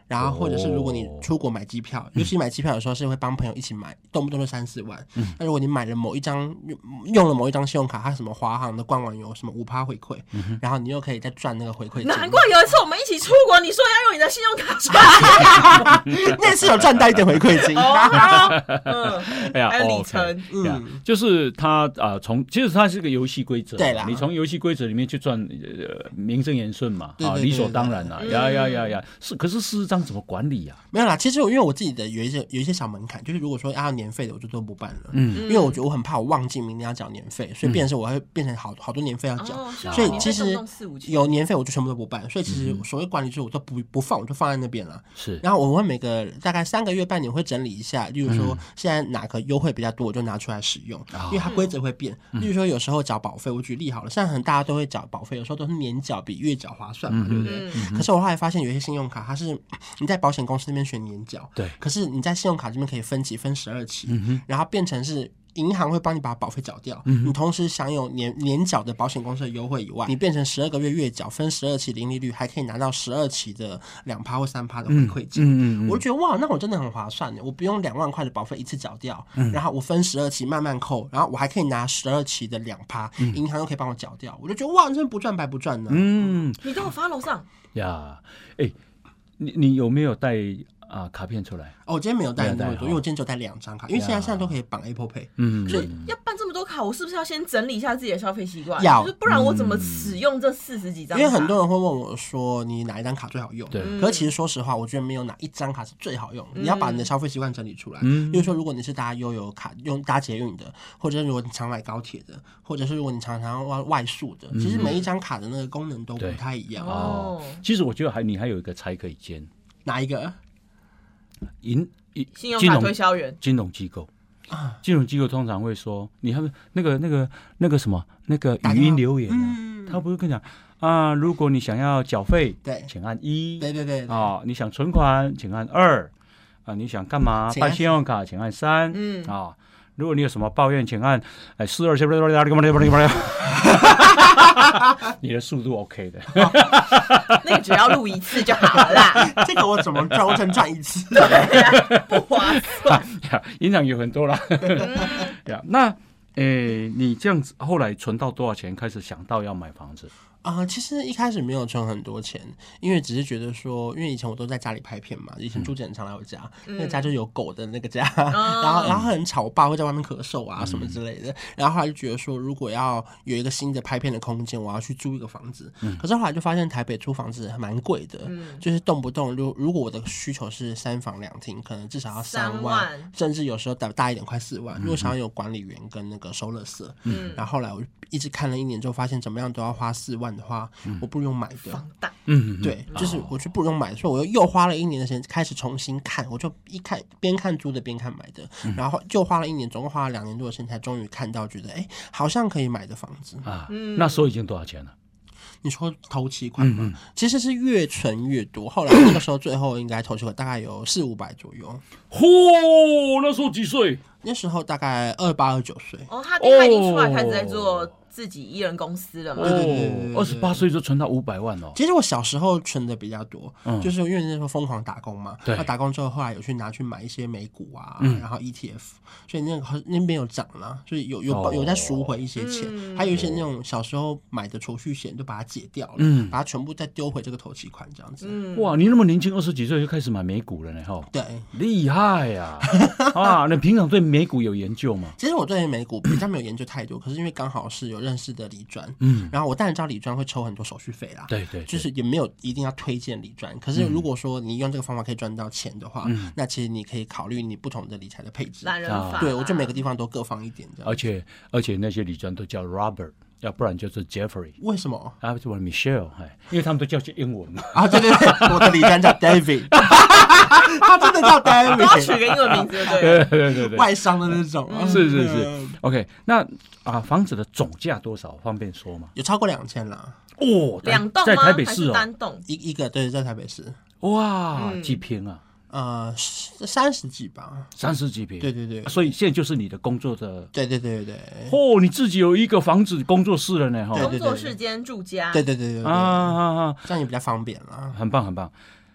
S2: 然后，或者是如果你
S1: 哦
S2: 出国买机票，尤其买机票有时候是会帮朋友一起买，动不动就三四万。
S1: 嗯
S2: 那如果你买了某一张，用用了某一张信用卡，它什么华航的官网有什么五趴回馈，
S1: 嗯
S2: 然后你又可以再赚那个回馈金。
S3: 难怪有一次我们一起出国，你说要用你的信用卡刷。
S1: 啊
S2: 那次有赚到一点回馈金。
S3: 哦，嗯，
S1: 哎呀，
S3: 还有里
S1: OK
S3: 程，
S1: 呀就是它啊，呃从、其实它是个游戏规则嘛，
S2: 嗯对啦
S1: 你从游戏规则里面去赚呃名正言顺嘛，
S2: 对对
S1: 啊，
S2: 对嗯
S1: 理所当然啦，呀呀呀呀，是，可是事实上商怎么管理啊呀、
S2: 没有啦，其实我因为我自己的有一些有一些小门槛，就是如果说要年费的，我就都不办了。
S1: 嗯，
S2: 因为我觉得我很怕我忘记明年要缴年费，所以变成是我会变成好好多年费要缴，
S3: 嗯哦，
S2: 所以
S3: 你
S2: 其
S3: 会动
S2: 实
S3: 动四五千
S2: 有年费我就全部都不办，所以其实
S3: 嗯
S2: 所谓管理制我都不不放，我就放在那边了。
S1: 是
S2: 然后我会每个大概三个月、半年会整理一下，例如说
S3: 嗯
S2: 现在哪个优惠比较多，我就拿出来使用，
S3: 哦
S2: 因为它规则会变。
S3: 嗯
S2: 例如说有时候缴保费，我举例好了，现在很大家都会缴保费，有时候都是年缴比月缴划算嘛，对不对？
S3: 嗯，
S2: 可是我后来发现有一些信用卡，它是 你在保险公司那边选年缴，
S1: 对
S2: 可是你在信用卡这边可以分期分十二期，
S1: 嗯
S2: 然后变成是。银行会帮你把保费缴掉，你同时享有年年缴的保险公司的优惠以外，你变成十二个月月缴，分十二期零利率，还可以拿到十二期的两趴或三趴的回馈金。
S1: 嗯嗯
S2: 我就觉得哇，那我真的很划算的，我不用两万块的保费一次缴掉，
S1: 嗯
S2: 然后我分十二期慢慢扣，然后我还可以拿十二期的两趴，银行又可以帮我缴掉，我就觉得哇，真不赚白不赚呢。
S1: 嗯
S3: 你都有发楼上，
S1: 呀，哎，你你有没有带啊、卡片出来？
S2: 哦，我今天没有带那
S1: 没有
S2: 么
S1: 带
S2: 多，因为我今天只有带两张卡，因为
S1: 啊
S2: 现在现在都可以绑 Apple Pay。
S1: 嗯，
S3: 就要办这么多卡，我是不是要先整理一下自己的消费习惯？
S2: 要嗯
S3: 就是不然我怎么使用这四十几张
S2: 因
S3: 卡？嗯
S2: 为很多人会问我说，你哪一张卡最好用？
S1: 对
S2: 可是其实说实话，我觉得没有哪一张卡是最好用的。你要把你的消费习惯整理出来，
S1: 嗯
S2: 比如说，如果你是搭悠游卡、用搭捷运的，或者是如果你常买高铁的，或者是如果你常常外外宿的，其实每一张卡的那个功能都不
S1: 嗯对
S2: 太一样。
S1: 哦
S3: 哦，
S1: 其实我觉得还你还有一个才可以兼
S2: 哪一个？
S1: 银银
S3: 信用
S1: 金
S3: 卡
S1: 融
S3: 推销员，
S1: 金融机构。
S2: 啊
S1: 金融机构通常会说，你还不那个那个那个什么那个
S2: 打
S1: 语
S2: 电
S1: 音
S2: 话嗯
S1: 留言啊，他不是跟你讲啊，如果你想要缴费，
S2: 对
S1: 请按一，
S2: 对对对，对
S1: 啊，你想存款，请按二啊，你想干嘛？
S2: 请按
S1: 办信用卡，请按三
S3: 嗯，
S1: 啊。如果你有什么抱怨，请按哎四 二七八八八八，你的速度 OK 的。
S3: 那个只要录一次就好了 啦，
S2: 这个我怎么赚？我只能赚一次。
S3: 不划 算。
S1: 呀银行有很多啦。 呀，那诶，你这样子后来存到多少钱，开始想到要买房子？
S2: 啊、其实一开始没有存很多钱，因为只是觉得说，因为以前我都在家里拍片嘛，以
S1: 嗯
S2: 前住姐很常来我家，
S3: 嗯
S2: 那个家就有狗的那个家， 然
S3: 哦
S2: 后然后很吵，我爸会在外面咳嗽
S3: 嗯
S2: 啊什么之类的，然后后来就觉得说，如果要有一个新的拍片的空间，我要去租一个房子，
S3: 嗯
S2: 可是后来就发现台北租房子还蛮贵的，就是动不动如如果我的需求是三房两厅，可能至少要
S3: 三
S2: 三
S3: 万
S2: 甚至有时候大大一点快四万，因为我想要有管理员跟那个收垃圾，
S3: 嗯，
S2: 然后后来我一直看了一年之后，发现怎么样都要花四万的话，
S3: 嗯
S2: 我不如用买的。
S3: 房贷
S1: 嗯，
S2: 对，就是我就不如用买的，所以我又又花了一年的时间开始重新看，我就一看边看租的边看买的，然后就花了一年，总共花了两年多的时间，才终于看到觉得哎、诶好像可以买的房子。
S1: 啊，那时候已经多少钱了？
S2: 你说头期
S1: 嗯
S2: 款吗？其实是越存越多，后来那个时候最后应该头期款大概有四五百左右，
S1: 嚯，那时候几岁？
S2: 那时候大概二八二九岁。
S3: 哦，他因为他已经出来开始在
S2: 哦
S3: 做自己艺人公司了嘛，
S2: 对对对对
S1: 哦，二十八岁就存到五百万哦。
S2: 其实我小时候存的比较多，就是因为那时候疯狂打工嘛。
S1: 嗯对嗯
S2: 那打工之后，后来有去拿去买一些美股啊，然后 ETF，所以那个那边有涨啦，所以有有、
S1: 哦
S2: 有在赎回一些钱，
S3: 嗯
S2: 还有一些那种小时候买的储蓄险就把它解掉了，
S1: 嗯
S2: 把它全部再丢回这个头期款这样子。
S3: 嗯，
S1: 哇，你那么年轻，二十几岁就开始买美股了呢，哈，
S2: 对，
S1: 厉害 呀！啊，你平常对美股有研究吗？
S2: 其实我对美股比较没有研究太多，可是因为刚好是有认识的理专，
S1: 嗯，
S2: 然后我当然知道理专会抽很多手续费啦，
S1: 对对，对
S2: 就是也没有一定要推荐理专，可是
S1: 嗯
S2: 如果说你用这个方法可以赚到钱的话，那其实你可以考虑你不同的理财的配置。
S3: 懒人
S1: 啊
S3: 法，
S2: 哦对，我就 每个地方都各放一点这样。
S1: 而且而且那些理专都叫 Robert，要不然就是 Jeffrey，
S2: 为 什么
S1: 啊，不然 Michelle，哎，因为他们都叫些英文嘛。
S2: 啊？对对对，我的理专叫 David，他真的叫
S3: 都要取
S2: David，
S3: 个英文名字， 对
S1: 对
S3: 啊了，
S1: 对对对，
S2: 外商的那种。
S1: 是是是
S2: 嗯，
S1: ，OK，那啊，房子的总价多少？方便说吗？
S2: 有超过两千啦，
S1: 哦，在
S3: 两栋
S1: 在
S3: 吗？
S1: 台北
S3: 还
S1: 市
S3: 是
S1: 哦，
S3: 单栋？
S2: 一一个对，在台北市，
S1: 哇，
S3: 嗯
S1: 几平啊？
S2: 呃，十三十几吧。
S1: 三十几平。
S2: 对对对，
S1: 啊所以现在就是你的工作的，
S2: 对对对对对，
S1: 哦，你自己有一个房子工作室了呢，哈。
S2: 哦对
S3: 工作室兼住家，
S2: 对对对对
S1: 啊
S2: 对，
S1: 啊啊！
S2: 这样也比较方便啦。
S1: 很棒很棒，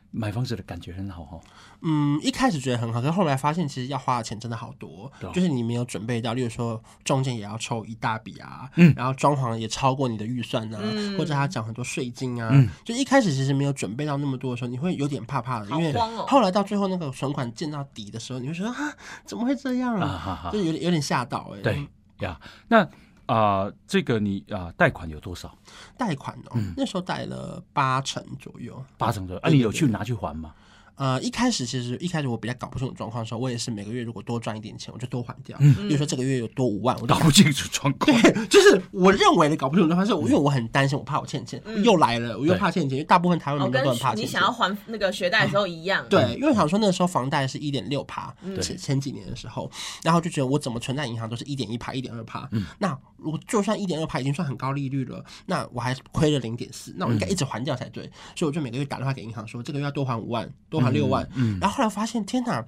S1: 买房子的感觉很好哈、哦。
S2: 嗯，一开始觉得很好，可是后来发现其实要花的钱真的好多，
S1: 啊
S2: 就是你没有准备到，例如说中间也要抽一大笔啊，
S1: 嗯
S2: 然后装潢也超过你的预算啊，
S3: 嗯
S2: 或者他讲很多税金啊，
S1: 嗯
S2: 就一开始其实没有准备到那么多的时候，你会有点怕怕的，因为
S3: 好慌哦
S2: 后来到最后那个存款见到底的时候，你会觉得啊，怎么会这
S3: 嗯
S2: 样
S1: 啊哈哈
S2: 就有点有点吓到哎、欸。
S1: 对呀，那啊、这个你啊、贷款有多少？嗯
S2: 贷款哦、那时候贷了八成左右，
S1: 八成左右啊？你有去拿去还吗？
S2: 呃，一开始其实一开始我比较搞不清楚状况的时候，我也是每个月如果多赚一点钱，我就多还掉。比
S3: 嗯哦
S2: 如说这个月有多五万，我就
S1: 搞不清楚状 况。
S2: 就是我认为的搞不清楚状况，是我因为我很担心，我怕我欠钱，又来了，我又
S1: 对
S2: 怕欠钱，因为大部分台湾
S3: 嗯哦，
S2: 民众
S3: 跟
S2: 都很怕欠
S3: 你
S2: 钱
S3: 想。要还那个学贷的时候一样。
S2: 对，因为我想说那时候房贷是一点六趴，
S1: 嗯对
S2: 前前几年的时候，然后就觉得我怎么存在银行都是一点一趴、一点二趴，
S1: 嗯
S2: 那我就算一点二趴已经算很高利率了，那我还亏了零点四，那我应该一直还掉才
S1: 嗯
S2: 对，所以我就每个月打电话给银行说这个月要多还五万，多还六万，
S1: 嗯
S2: 然后后来发现天哪。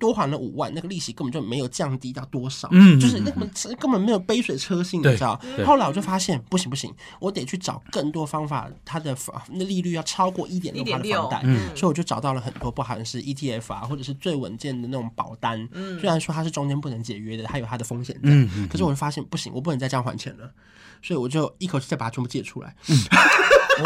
S2: 多还了五万，那个利息根本就没有降低到多少，
S1: 嗯
S2: 就是那个根本没有杯水车薪，你
S1: 对
S2: 知道
S1: 对？
S2: 后来我就发现不行不行，我得去找更多方法，它的房那利率要超过一点六
S3: 一
S2: 趴的
S3: 点六
S2: 房
S3: 嗯
S2: 贷，，所以我就找到了很多，不含是 ETF 啊，或者是最稳健的那种保单。
S3: 嗯
S2: 虽然说它是中间不能解约的，它有它的风险在，
S1: 嗯嗯
S2: 可是我就发现不行，我不能再这样还钱了，所以我就一口气再把它全部借出来。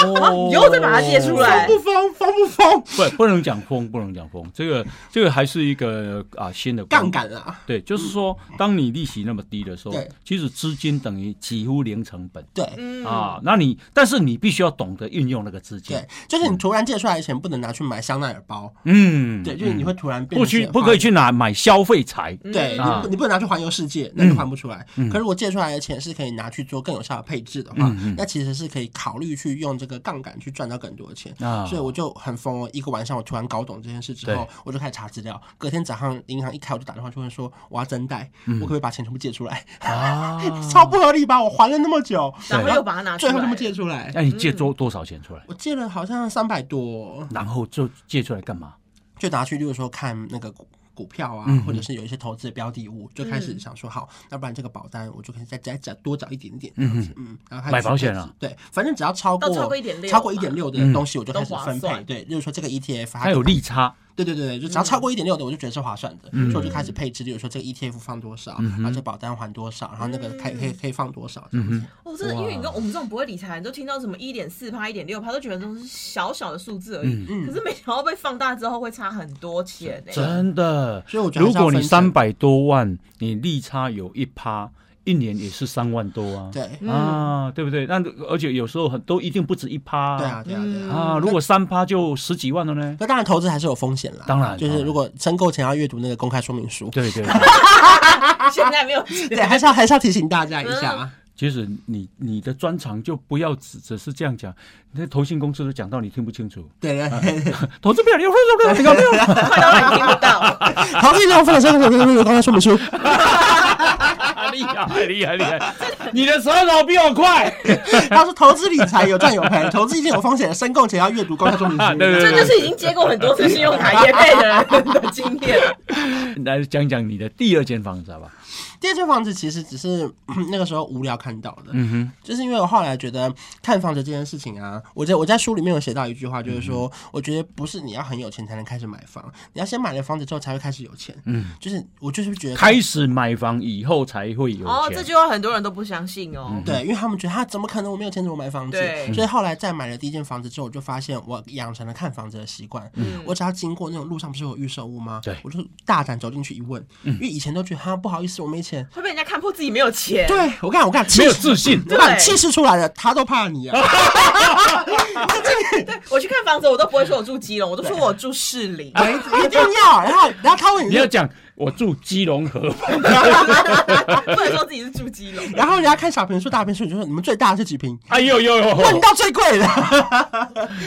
S1: 哦
S3: 以后再把它借出来
S2: 疯不疯？疯不疯？
S1: 不，不能讲疯，不能讲疯，这个这个还是一个啊新的观
S2: 杠。杆啊啦，
S1: 对，就是说，当你利息那么低的时候
S2: 对，
S1: 其实资金等于几乎零成本
S2: 对。
S3: 嗯，
S1: 啊。那你，但是你必须要懂得运用那个资金
S2: 对。，就是你突然借出来的钱不能拿去买香奈儿包，
S1: 嗯，
S2: 对，就是你会突然变
S1: 不
S2: 成
S1: 去
S2: 是
S1: 不可以去拿买消费财。
S3: 嗯
S2: 对，
S1: 啊嗯
S2: 你不你不能拿去环游世界，那就还不出来。可是我借出来的钱是可以拿去做更有效的配置的话，
S1: 嗯
S2: 那其实是可以考虑去用这个杠杆去赚到更多的钱。
S1: 啊
S2: 所以我就很疯哦，一个晚上我突然搞懂这件事之后
S1: 对，
S2: 我就开始查资料。隔天早上银行一开，我就打电话去问说我要增贷，
S1: 嗯
S2: 我可不可以把钱全部借出来？
S1: 啊，
S2: 超不合理吧？我还了那么久，
S3: 哦然后
S1: 对
S3: 又把它拿出
S2: 最
S3: 来，
S2: 后全部借出来。
S1: 那你借多多少钱出来？
S2: 我借了好像三百多，
S1: 然后就借出来干嘛？
S2: 就拿去，例如说看那个股股票啊，
S1: 嗯
S2: 或者是有一些投资的标的物，就开
S3: 嗯
S2: 始想说，好，要不然这个保单我就可以再再再多找一点点，嗯嗯，然后开始
S1: 买保险啊，
S2: 对，反正只要超过
S3: 到超过1.6
S2: 超过一点六的东西，我就开始
S3: 都划
S2: 分配，
S3: 算
S2: 对，例如说这个 ETF 它
S1: 它有利差，
S2: 对对对对，就只要
S1: 嗯
S2: 超过一点六的，我就觉得是划算的，所以我就开始配置，例如说这个 ETF 放多少，
S1: 嗯
S2: 然后这个保单还多少，然后那个可以可以可以放多少，这样
S1: 嗯
S2: 子。
S3: 哦，真的，因为你跟我们这种不会理财的人都听到什么一点四趴、一点六趴，都觉得都是小小的数字而已。
S1: 嗯
S3: 可是没想到被放大之后会差很多钱欸呢、
S1: 真的。
S2: 所以我觉得还
S1: 如
S2: 是要
S1: 果你
S2: 分散
S1: 三百多万，你利差有一趴，一年也是三万多啊。
S2: 对
S3: 嗯
S1: 啊，对不对？那而且有时候很都一定不止一趴。
S2: 对啊对啊对啊。
S1: 啊，嗯如果三趴就十几万了呢？
S2: 那当然，投资还是有风险啦。
S1: 当然
S2: 就是
S1: 当然
S2: 如果申购前要阅读那个公开说 明书。
S1: 对对，对
S3: 现在没有钱，
S2: 对，还是要还是要提醒大家一下啊。
S1: 其实你你的专长就不要只只是这样讲，那投信公司都讲到你听不清 楚，
S2: 对对对，
S1: 投资标的有有有有 有，
S3: 快到让你听不到。
S2: 好，这张分享这个刚才说明 书，
S1: 厉害厉害厉害，哎你的舌头比我快，
S2: 他说投资理财有赚有赔，投资一定有风险，申购前要阅读公开说明 书。
S1: 对 对
S3: 这
S1: 对
S3: 就是已经接过很多次信用卡业费的人的经验。
S1: 来讲讲你的第二间房子好吧？
S2: 第二间房子其实只是 嗯那个时候无聊看到的，
S1: 嗯哼，
S2: 就是因为我后来觉得看房子这件事情啊，我在我在书里面有写到一句话，就是说，我觉得不是你要很有钱才能开始买房，你要先买了房子之后才会开始有钱。嗯，就是我就是觉得
S1: 开始买房以后才会有
S3: 哦，这
S1: 钱，
S3: 句话很多人都不相信哦。
S2: 对，因为他们觉得啊他怎么可能我没有钱怎么买房子？
S3: 对
S2: 所以后来在买了第一间房子之后，我就发现我养成了看房子的习惯。我只要经过那种路上不是有预售屋吗？
S1: 对
S2: 我就大胆走进去一问，因为以前都觉得哈不好意思我没钱。
S3: 会被人家看破自己没有钱。
S2: 对我看我看气
S1: 没有
S2: 势，
S1: 自信，
S2: 我看气势出来了，他都怕你啊！
S3: 我去看房子，我都不会说我住基隆，我都说我住士 林。
S2: 没一定要，然后然后他问你
S1: 你要讲我住基隆河，
S3: 不能说自己是住基隆。
S2: 然后人家看小平数大平数，你就说你们最大的是几平？
S1: 哎呦呦呦，
S2: 问到最贵的，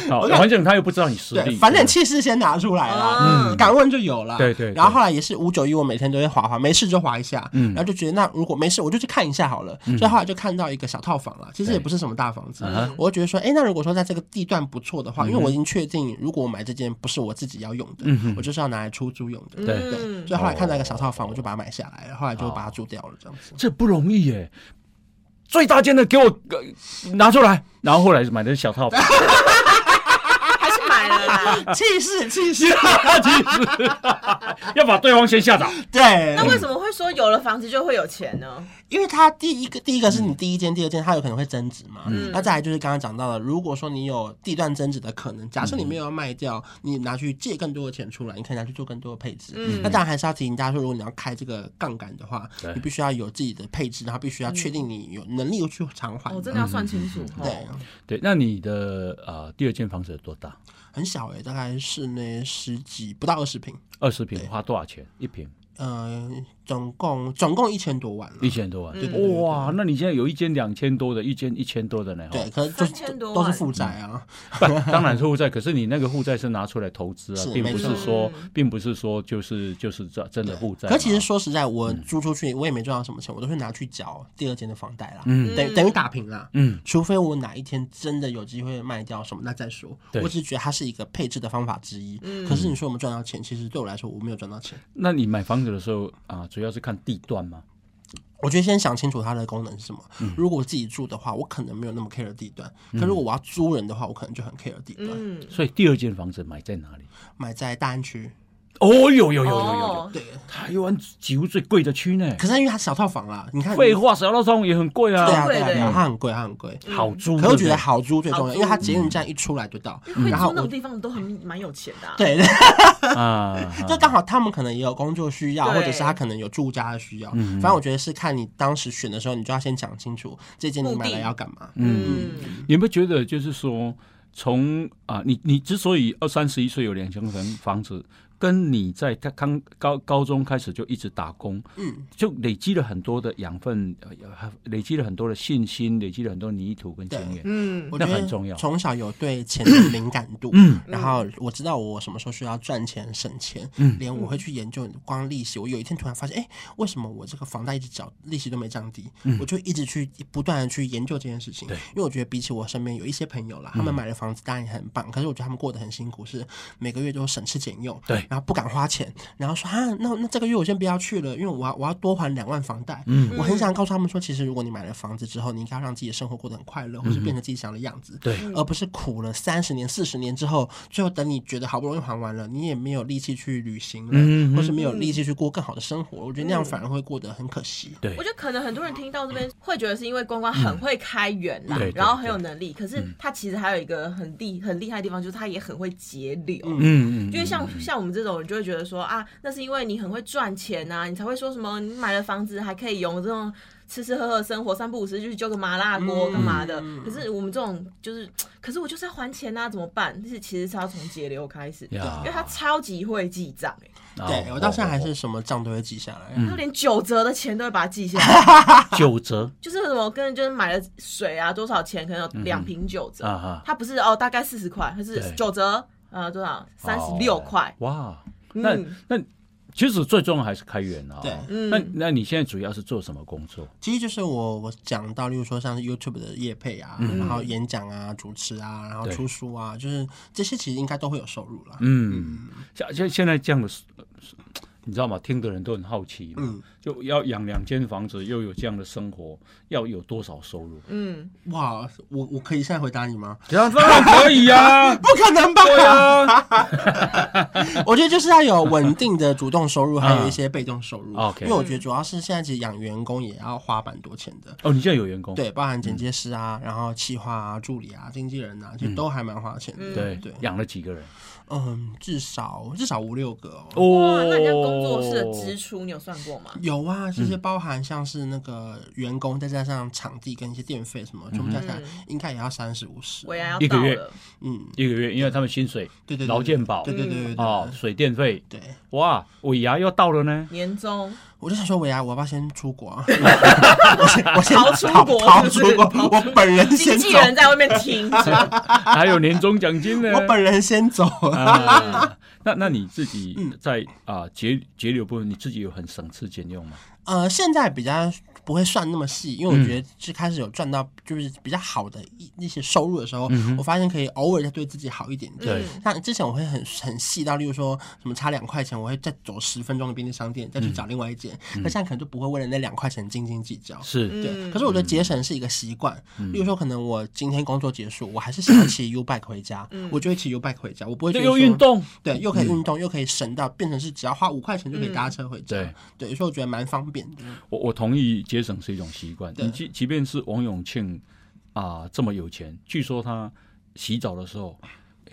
S1: 好，反正他又不知道你实
S2: 对，
S1: 力，
S2: 反正气势先拿出来
S3: 嗯
S2: 啦，敢问就有了。
S1: 对对对嗯
S2: 然后后来也是五九一，我每天都会划划，没事就划一下，然后就觉得那如果没事，我就去看一下好了。所以后来就看到一个小套房了，其实也不是什么大房子
S1: 嗯
S3: 啊
S1: 哼，
S2: 我就觉得说，哎，那如果说在这个地段不错的话，因为我已经确定，如果我买这间不是我自己要用的，
S1: 嗯
S2: 我就是要拿来出租用的。
S1: 对
S2: 对，
S3: 嗯，
S2: 所以后来看到一个小套房，我就把它买下来了，后来就把
S1: 哦
S2: 它租掉了，这样子。
S1: 这不容易耶。最大间的给我、呃拿出来，然后后来买的是小套房，
S3: 还是买了啦。
S2: 气势，气 势，
S1: 其 实要把对方先吓倒。
S2: 对
S3: 那。为什么会说有了房子就会有钱呢？
S2: 因为它第一个第一个是你第一间、第二间，它有可能会增值嘛。
S3: 嗯
S2: 那再来就是刚刚讲到了，如果说你有地段增值的可能，假设你没有要卖
S3: 嗯
S2: 掉，你拿去借更多的钱出来，你可以拿去做更多的配置。
S3: 嗯
S2: 那当然还是要提醒大家说，如果你要开这个杠杆的话
S1: 对，
S2: 你必须要有自己的配置，然后必须要确定你有能力去偿还
S3: 我、。哦真的要算清楚
S1: 嗯
S3: 哦哈。
S2: 对，
S1: 对，那你的啊第二间房子有多大？
S2: 很小诶、大概室内十几不到二十平，
S1: 二十平花多少钱？一平
S2: 呃，总共总共一千多万了
S3: 嗯
S1: 一。千多万
S3: 对
S2: 对对对，
S1: 哇！那你现在有一间两千多的，一间一千多的呢？
S2: 对，可是就
S3: 3000
S2: 是
S3: 多
S2: 都
S3: 万
S2: 都是负债啊。
S1: 不，当然是负债，可是你那个负债是拿出来投资啊，
S2: 是
S1: 并
S2: 没
S1: 不是
S2: 错
S1: 说
S3: 嗯，
S1: 并不是说就是就是这真的负债嘛。嗯
S2: 可其实说实在，我租出去我也没赚到什么钱，我都是拿去缴第二间的房贷啦，
S1: 嗯
S2: 等等于打平啦。
S1: 嗯，
S2: 除非我哪一天真的有机会卖掉什么，那再说。
S1: 对
S2: 我只是觉得它是一个配置的方法之一。
S3: 嗯
S2: 可是你说我们赚到钱，其实对我来说我没有赚到钱。
S1: 那你买房子的时候啊，主要是看地段嘛。
S2: 我觉得先想清楚它的功能是什么。
S1: 嗯
S2: 如果我自己住的话，我可能没有那么 care 地段；可如果我要租人的话，我可能就很 care 地段。
S3: 嗯，
S1: 所以第二间房子买在哪里？
S2: 买在大安区，
S1: 哦，有有有有有有，
S3: 哦，
S2: 对。
S1: 台湾几乎最贵的区呢。
S2: 可是因为它是小套房啦，你看，
S1: 废话，小道上也很贵
S2: 对啊，
S1: 啊，
S2: 对
S3: 贵
S2: 啊，
S3: 的
S2: 对啊
S3: 耶
S2: 它很贵，它很贵。
S1: 好租。
S2: 可我觉
S1: 对
S2: 得
S1: 不对
S2: 好租最重
S3: 好
S2: 要，
S3: 租嗯
S2: 因为它捷运站一出来就到，
S1: 嗯
S3: 会
S2: 然
S3: 住
S2: 后
S3: 那
S2: 我
S3: 种地方都很蛮有钱的、啊。
S2: 对，
S1: 啊，
S2: 就刚好他们可能也有工作需要，
S3: 对
S2: 或者是他可能有住家的需要。反正我觉得是看你当时选的时候，你就要先讲清楚这间你买来要干嘛。
S3: 嗯，
S1: 你有没有觉得就是说，从啊，你你之所以二三十一岁有两层房子，跟你在刚刚高高中开始就一直打工，
S2: 嗯，
S1: 就累积了很多的养分，呃累积了很多的信心，累积了很多泥土跟经验。
S3: 嗯，
S2: 我觉
S1: 那
S2: 得
S1: 很重要
S2: 从小有对钱的敏感度，嗯，然后我知道我什么时候需要赚钱省钱，嗯，连我会去研究光利息。我有一天突然发现，哎，为什么我这个房贷一直缴利息都没降低？我就一直去不断的去研究这件事情，
S1: 嗯对嗯
S2: 因为我觉得比起我身边有一些朋友啦，他们买了房子当然也很棒，可是我觉得他们过得很辛苦，是每个月都省吃俭用，
S1: 对
S2: 然后不敢花钱，然后说啊，那那这个月我先不要去了，因为我要我要多还两万房贷。嗯，我很想告诉他们说，其实如果你买了房子之后，你应该让自己的生活过得很快乐，或
S1: 嗯
S2: 是变成自己想的样子，
S1: 对，
S2: 而不是苦了三十年、四十年之后，最后等你觉得好不容易还完了，你也没有力气去旅行了，
S1: 嗯
S2: 或是没有力气去过更好的生活，我觉得那样反而会过得很可惜。
S1: 对
S3: 我觉得可能很多人听到这边会觉得是因为关关很会开源啦
S1: 嗯对，对
S3: 然后很有能力，可是他其实还有一个很厉很厉害的地方，就是他也很会节流。
S1: 嗯嗯，
S3: 就是像像我们这种人就会觉得说啊，那是因为你很会赚钱啊呐、你才会说什么你买了房子还可以用这种吃吃喝喝的生活，三不五时就去揪个麻辣
S1: 嗯
S3: 锅干嘛的。可是我们这种就是，可是我就是要还钱呐、怎么办？就是其实是要从节流开始，
S1: 呀哦
S3: 因为他超级会记账、欸，
S2: 对我到现在还是什么账都会记下来。啊
S1: 嗯
S3: 他连九折的钱都会把它记 下来，
S1: 哦九折
S3: 就是什么跟就是买了水啊多少钱，可能有两瓶九折，
S1: 嗯啊哈，
S3: 他不是哦大概四十块，他是
S1: 对
S3: 九折呃多少三十六块，
S1: 哦
S3: 嗯
S1: 哇，那那其实最重要还是开源啊。
S2: 对
S1: 那那你现在主要是做什么工作？
S2: 其实就是我我讲到，例如说像是 YouTube 的业配啊，然后演讲啊、主持啊，然后
S1: 嗯对
S2: 出书啊，就是这些其实应该都会有收入啦。
S1: 嗯，像现现在这样的，呃你知道吗？听的人都很好奇嘛，
S2: 嗯
S1: 就要养两间房子，又有这样的生活，要有多少收入？
S3: 嗯，
S2: 哇，我我可以现在回答你吗？。
S1: 这样当然可以呀、啊
S2: 不可能吧？
S1: 对啊，
S2: 我觉得就是要有稳定的主动收入，还有一些被动收入。
S1: 哦 OK
S2: 因为我觉得主要是现在其实养员工也要花蛮多钱的。
S1: 哦，你现在有员工？
S2: 对，包含剪接师啊，然后企划啊、助理啊、经纪人啊，其实都还蛮花钱的。
S1: 嗯对
S2: 对，
S1: 养了几个人？
S2: 嗯，至少至少五六个哦。
S3: 哇，那人家工作室的
S1: 哦
S3: 支出你有算过吗？
S2: 有啊，这些包含像是那个员工，再加上场地跟一些电费什
S1: 嗯
S2: 么，全部加起来应该也要三十五十
S3: 我。也要
S1: 一
S3: 到
S1: 个月
S3: 了，
S2: 嗯，
S1: 一个月，因为他们薪水、
S2: 对对对，
S1: 劳健保
S2: 对对对对
S1: 哦
S2: 对，
S1: 水电费，
S2: 对。
S1: 哇，尾牙又到了呢。
S3: 年终
S2: 我就想说，维亚，我要不要先出国 啊？我先我先
S3: 逃出国
S2: 逃
S3: 是
S2: 出
S3: 不是
S2: 国
S3: 逃出，
S2: 我本人
S3: 经
S2: 先
S3: 纪
S2: 走，
S3: 人在外面听着，
S1: 还有年终奖金呢。
S2: 我本人先走。
S3: 嗯
S1: 啊， 那那你自己
S2: 嗯
S1: 在啊节节流部分，你自己有很省吃俭用吗？
S2: 呃，现在比较不会算那么细，因为我觉得是开始有赚到就是比较好的一一些收入的时候，我发现可以偶尔再对自己好一点点。
S1: 对
S2: 像之前我会很很细到，例如说什么差两块钱，我会再走十分钟的便利商店再去找另外一间，那、现在可能就不会为了那两块钱斤斤计较。
S1: 是，
S2: 对，
S3: 嗯
S2: 可是我觉得节省是一个习惯。
S1: 嗯
S2: 例如说，可能我今天工作结束，我还是想要骑 U bike 回家，我就会骑 U bike 回家，我不会
S1: 嗯
S2: 觉
S1: 就
S2: 得
S1: 又
S2: 说
S1: 运，动，
S2: 对，又可以运动，又可以省到变成是只要花五块块钱就可以
S1: 嗯
S2: 搭车回家。
S1: 对
S2: 对，所以我觉得蛮方便的。
S1: 我我同意节省是一种习惯。
S2: 对
S1: 你即即便是王永庆啊、这么有钱，据说他洗澡的时候，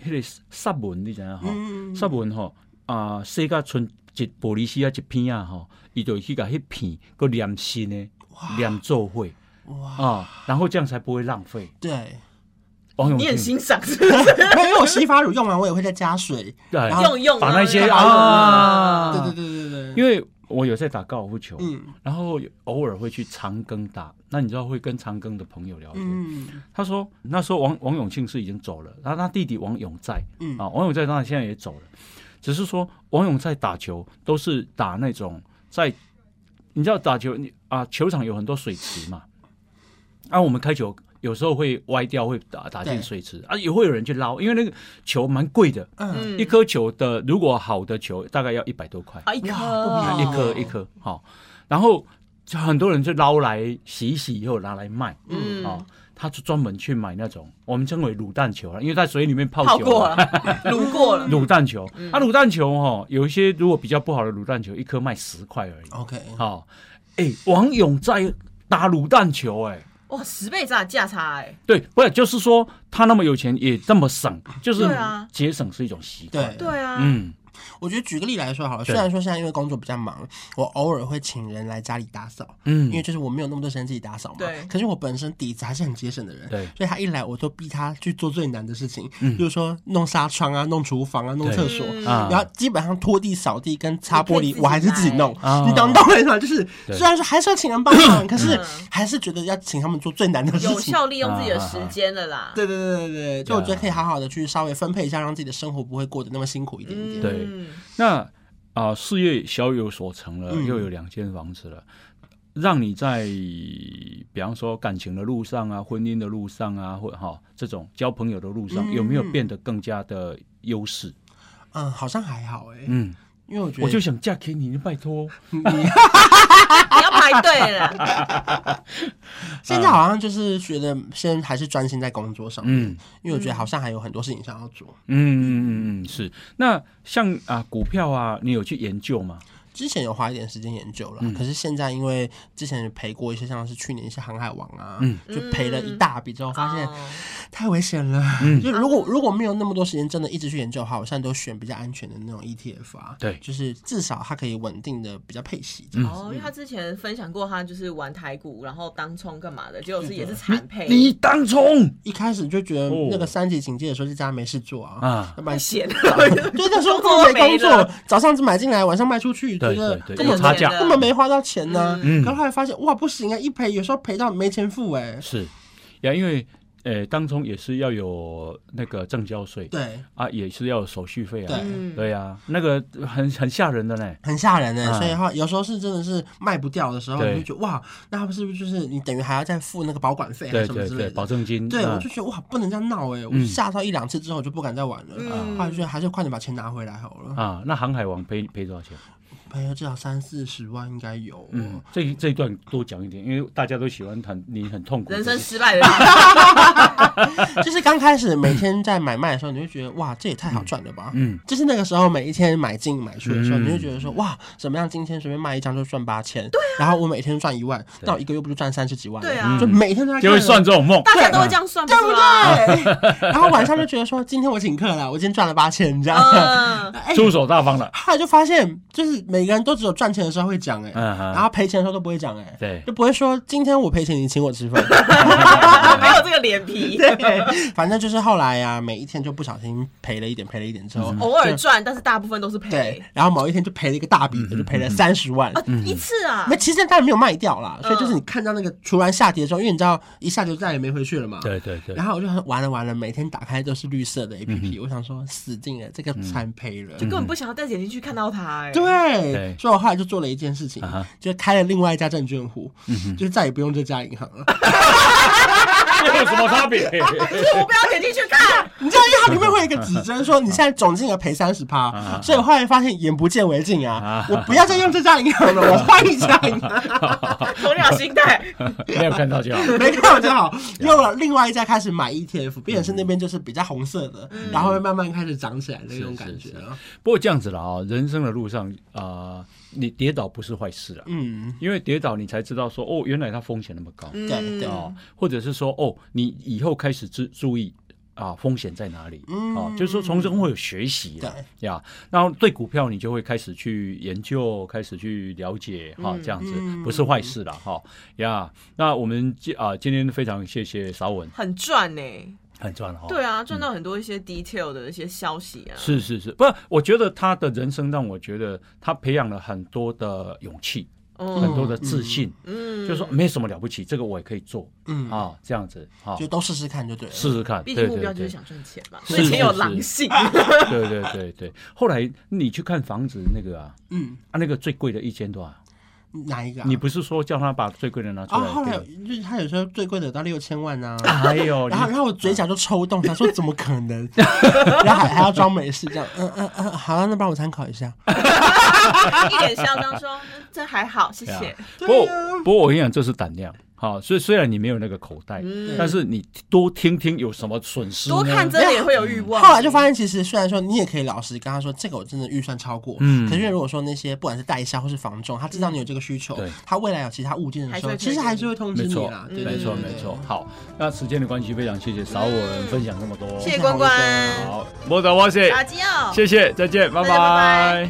S1: 迄、个萨文你知影吼？
S2: 嗯
S1: 萨、文吼啊，洗甲剩一玻璃丝啊一片啊吼，伊就去甲迄片佮粘新的粘做伙
S2: 哇，
S1: 啊，然后这样才不会浪费。
S2: 对，
S1: 王永
S3: 你很
S1: 庆
S3: 欣赏是不是？
S2: 没有，因为我洗发乳用完，我也会再加水。
S1: 对
S2: 然后
S3: 用用
S1: 把那些
S3: 啊
S1: 啊，
S2: 对对对对对，
S1: 因为我有在打高尔夫球，
S2: 嗯
S1: 然后偶尔会去长庚打，那你知道会跟长庚的朋友聊天。
S2: 嗯
S1: 他说那时候王王永庆是已经走了，然后他弟弟王永在
S2: 嗯
S1: 啊，王永在当然现在也走了，只是说王永在打球都是打那种在，你知道打球你啊球场有很多水池嘛，啊我们开球有时候会歪掉，会打打进
S2: 对
S1: 水池啊，也会有人去捞，因为那个球蛮贵的，
S2: 嗯，
S1: 一
S3: 嗯
S1: 颗球的如果好的球大概要一百多块，
S3: 啊一颗
S2: 哇不
S1: 一
S2: 便宜
S1: 颗一颗好，然后就很多人就捞来洗一洗以后拿来卖。
S3: 嗯
S1: 啊、他就专门去买那种我们称为卤蛋球了，因为在水里面泡
S3: 泡
S1: 久
S3: 过了，嗯卤过了，
S1: 卤蛋球，啊，卤蛋球哈、哦，有一些如果比较不好的卤蛋球，一颗卖十块而已。
S2: ，OK，
S1: 好、哎、王勇在打卤蛋球、哎，
S3: 哇十倍价价差哎，
S1: 对，不是，就是说他那么有钱也这么省，就是
S3: 对啊
S1: 节省是一种习惯。
S2: 对。
S3: 对啊，
S1: 嗯，
S2: 我觉得举个例来说好了，
S1: 对
S2: 虽然说现在因为工作比较忙，我偶尔会请人来家里打扫，
S1: 嗯
S2: 因为就是我没有那么多时间自己打扫嘛。
S3: 对
S2: 可是我本身底子还是很节省的人，
S1: 对嗯
S2: 所以他一来我都逼他去做最难的事情，比如说弄纱窗啊、弄厨房啊、弄厕所。
S3: 嗯
S1: 啊
S2: 然后基本上拖地、扫地跟擦玻
S3: 你
S2: 璃
S3: 可以自，己
S2: 我还是自己弄
S1: 来。
S2: 你懂你懂我意思吗？就是
S1: 啊对
S2: 虽然说还是要请人帮 忙，可是
S3: 嗯
S2: 还是觉得要请他们做最难的事
S3: 有
S2: 情。
S3: 效利用自己的时间了啦。
S2: 对对对对对，就我
S1: 啊
S2: 觉得可以好好的去稍微分配一下，让自己的生活不会过得那么辛苦一点点。
S1: 对
S3: 嗯
S1: 那啊、事业小有所成了，
S2: 嗯
S1: 又有两间房子了，让你在比方说感情的路上啊、婚姻的路上啊，或哈、这种交朋友的路上，
S2: 嗯
S1: 有没有变得更加的优势？
S2: 嗯，好像还好哎、
S1: 嗯，
S2: 因为我觉得
S1: 我就想嫁给你，你拜托。
S3: 你要排队了，
S2: 现
S1: 嗯
S2: 在好像就是觉得先还是专心在工作上面，
S1: 嗯
S2: 因为我觉得好像还有很多事情想要做。
S1: 嗯嗯嗯嗯，是。那像啊、股票啊，你有去研究吗？
S2: 之前有花一点时间研究了，
S1: 嗯
S2: 可是现在因为之前赔过一些，像是去年一些航海王啊，
S1: 嗯
S2: 就赔了一大笔之后，发现
S3: 哦
S2: 太危险了。
S1: 嗯
S2: 就如果如果没有那么多时间真的一直去研究的话，我现在都选比较安全的那种 ETF 啊，
S1: 对
S2: 就是至少它可以稳定的比较配息
S1: 嗯
S2: 这样子。
S3: 哦，因为他之前分享过，他就是玩台股，然后当冲干嘛的，结果是也是惨赔，
S1: 你当冲
S2: 一开始就觉得
S1: 哦
S2: 那个三级警戒的时候，在家没事做啊，
S1: 啊！
S2: 要不
S3: 太
S2: 然
S3: 闲了，
S2: 对，那时候
S3: 工作
S2: 根本没工
S3: 没
S2: 作
S3: 了，
S2: 早上只买进来，晚上卖出去，觉
S1: 对
S2: 得
S1: 对对，
S2: 根
S1: 有
S2: 本
S1: 差
S3: 没
S1: 价
S3: 有
S2: 根本没花到钱呢。
S1: 嗯
S2: 可是后来发现，哇，不行啊，一赔有时候赔到没钱付哎。
S1: 是呀，因为呃，当中也是要有那个证交税
S2: 对，
S1: 啊，也是要有手续费啊。
S2: 对
S3: 嗯，
S1: 对呀、那个很很吓人的呢。
S2: 很吓人哎。
S1: 嗯
S2: 所以哈，有时候是真的是卖不掉的时候，
S1: 对
S2: 你就觉得哇，那他们是不是就是你等于还要再付那个保管费还
S1: 对
S2: 是什么
S1: 对
S2: 之
S1: 对，
S2: 类
S1: 保
S2: 的？
S1: 证金。
S2: 对，我
S1: 嗯
S2: 就觉得哇，不能这样闹哎！我
S1: 嗯
S2: 吓到一两次之后，我就不敢再玩了。
S3: 嗯
S2: 后来就觉得还是快点把钱拿回来好了。
S1: 啊，那航海王赔赔多少钱？
S2: 赔了至少三四十万应该有哦。
S1: 嗯，这一这一段多讲一点，因为大家都喜欢谈你很痛苦的
S3: 人
S1: 事情。
S3: 生 失败的
S2: 就是刚开始每天在买卖的时候，你就觉得哇，这也太好赚了吧！
S1: 嗯，
S2: 就是那个时候每一天买进买出的时候，
S1: 嗯
S2: 你就觉得说哇，怎么样？今天随便卖一张就赚八千，对、然后我每天赚一万，那我一个月不就赚三十几万了？
S3: 啊对啊
S2: 就每天都在
S1: 就会嗯算
S2: 看了。
S1: 这种梦。
S3: 大家都会这样算，
S2: 对
S3: 不
S2: 不
S3: 是吗？
S2: 对？然后晚上就觉得说，今天我请客了，我今天赚了八千，这样。
S3: 嗯，
S2: 哎，
S1: 出手大方了。
S2: 后来就发现，就是每个人都只有赚钱的时候会讲，哎，
S1: 嗯哼
S2: 然后赔钱的时候都不会讲，哎，
S1: 对
S2: 就不会说今天我赔钱，你请我吃饭。
S3: 呃没有这个脸 皮，
S2: 对， 反正就是后来呀、啊每一天就不小心赔了一点，赔了一点之后，
S3: 嗯偶尔赚，但是大部分都是
S2: 对
S3: 赔，
S2: 然后某一天就赔了一个大
S1: 嗯
S2: 笔的，就赔了三十万
S3: 啊。，一次啊
S2: 那，其实当然没有卖掉啦，
S3: 嗯
S2: 所以就是你看到那个突然下跌之后，因为你知道一下就再也没回去了嘛。。
S1: 对对 嗯对
S2: 然，后我就很完了完了，每天打开都是绿色的 A P P，我想说死定了，
S1: 嗯
S2: 这个惨赔了。
S3: 根本不想要再点进去看到他，哎，
S2: 对
S1: 对，
S2: 所以我后来就做了一件事情
S1: 啊哈，嗯
S2: 就开了另外一家证券户，就是再也不用这家银行了。
S1: 这有什么差别？
S3: 这我不要点进去 看。
S2: 你知道，因为它里面会有一个指针说你现在总金额赔三十趴，所以我后来发现眼不见为净啊
S1: 啊，
S2: 我不要再用这家银行了，我换一家银行，
S3: 鸵鸟心态，
S1: 没有看到就好。
S2: 没看到 就好，用了另外一家开始买 E ETF，变成是那边就是比较红色的，然后会慢慢开始涨起来的那种感
S1: 嗯是
S2: 觉
S1: 是
S2: 啊。
S1: 不过这样子了啊、人生的路上啊、呃你跌倒不是坏事啊，
S2: 嗯，
S1: 因为跌倒你才知道说哦，原来它风险那么高。
S3: 对
S2: 对对
S3: 嗯
S1: 哦，或者是说哦，你以后开始注注意啊风险在哪里，
S2: 嗯
S1: 哦，就是说从中会有学习的
S2: 对
S1: 呀，然后对股票你就会开始去研究，开始去了解哈、
S3: 嗯
S1: 这样子
S2: 嗯
S1: 不是坏事了哈、呀。那我们今啊、今天非常谢谢邵文，
S3: 很赚呢、
S1: 很赚哈、哦。
S3: 对啊，赚到很多一些 detail 的一些消息啊。
S1: 是是是，不，我觉得他的人生让我觉得他培养了很多的勇气，很
S3: 嗯
S1: 多的自信，
S3: 嗯，
S1: 就是说没什么了不起，这个我也可以做，
S2: 嗯
S1: 啊，这样子啊，
S2: 就都试试看就对了。
S1: 试试看，
S3: 毕
S1: 对
S3: 竟
S1: 对
S3: 目标
S1: 对。
S3: 就是想赚钱嘛，
S1: 是
S3: 所以钱有
S1: 是
S3: 狼 性。
S1: 对对对对，后来你去看房子那个啊，
S2: 嗯，
S1: 啊那个最贵的一千多啊，
S2: 哪一个啊？
S1: 你不是说叫他把最贵的拿出
S2: 哦，
S1: 来
S2: 后来
S1: 给
S2: 就是他有时候最贵的有到六千万 啊。
S1: 你？哎呦，你
S2: 然后，然后我嘴角就抽动，想说怎么可 能？然后还还要装没事，这样，嗯嗯嗯，好了，那帮我参考一下。
S3: 一脸嚣张说：“嗯这还好，谢
S1: 对
S3: 谢
S1: 啊。不过不过我跟你讲，这是胆量。好，所以虽然你没有那个口袋，
S3: 嗯
S1: 但是你多听听有什么损失呢？
S3: 多看真的也会有欲望。
S2: 后来就发现，其实虽然说你也可以老实跟他说，这个我真的预算超过，
S1: 嗯
S2: 可是因为如果说那些不管是代销或是房仲，他知道你有这个需求
S1: 对，
S2: 他未来有其他物件的时候，
S3: 嗯还是会推
S2: 其实还是会通知
S1: 没
S2: 你
S1: 错
S2: 啦，。对
S1: 没错，没。错。好，那时间的关系，非常谢谢少文分享这么多。
S3: 谢谢关关，
S1: 好，莫德沃西，
S3: 垃圾哦。
S1: 谢谢，再见，
S3: 大家拜
S1: 拜。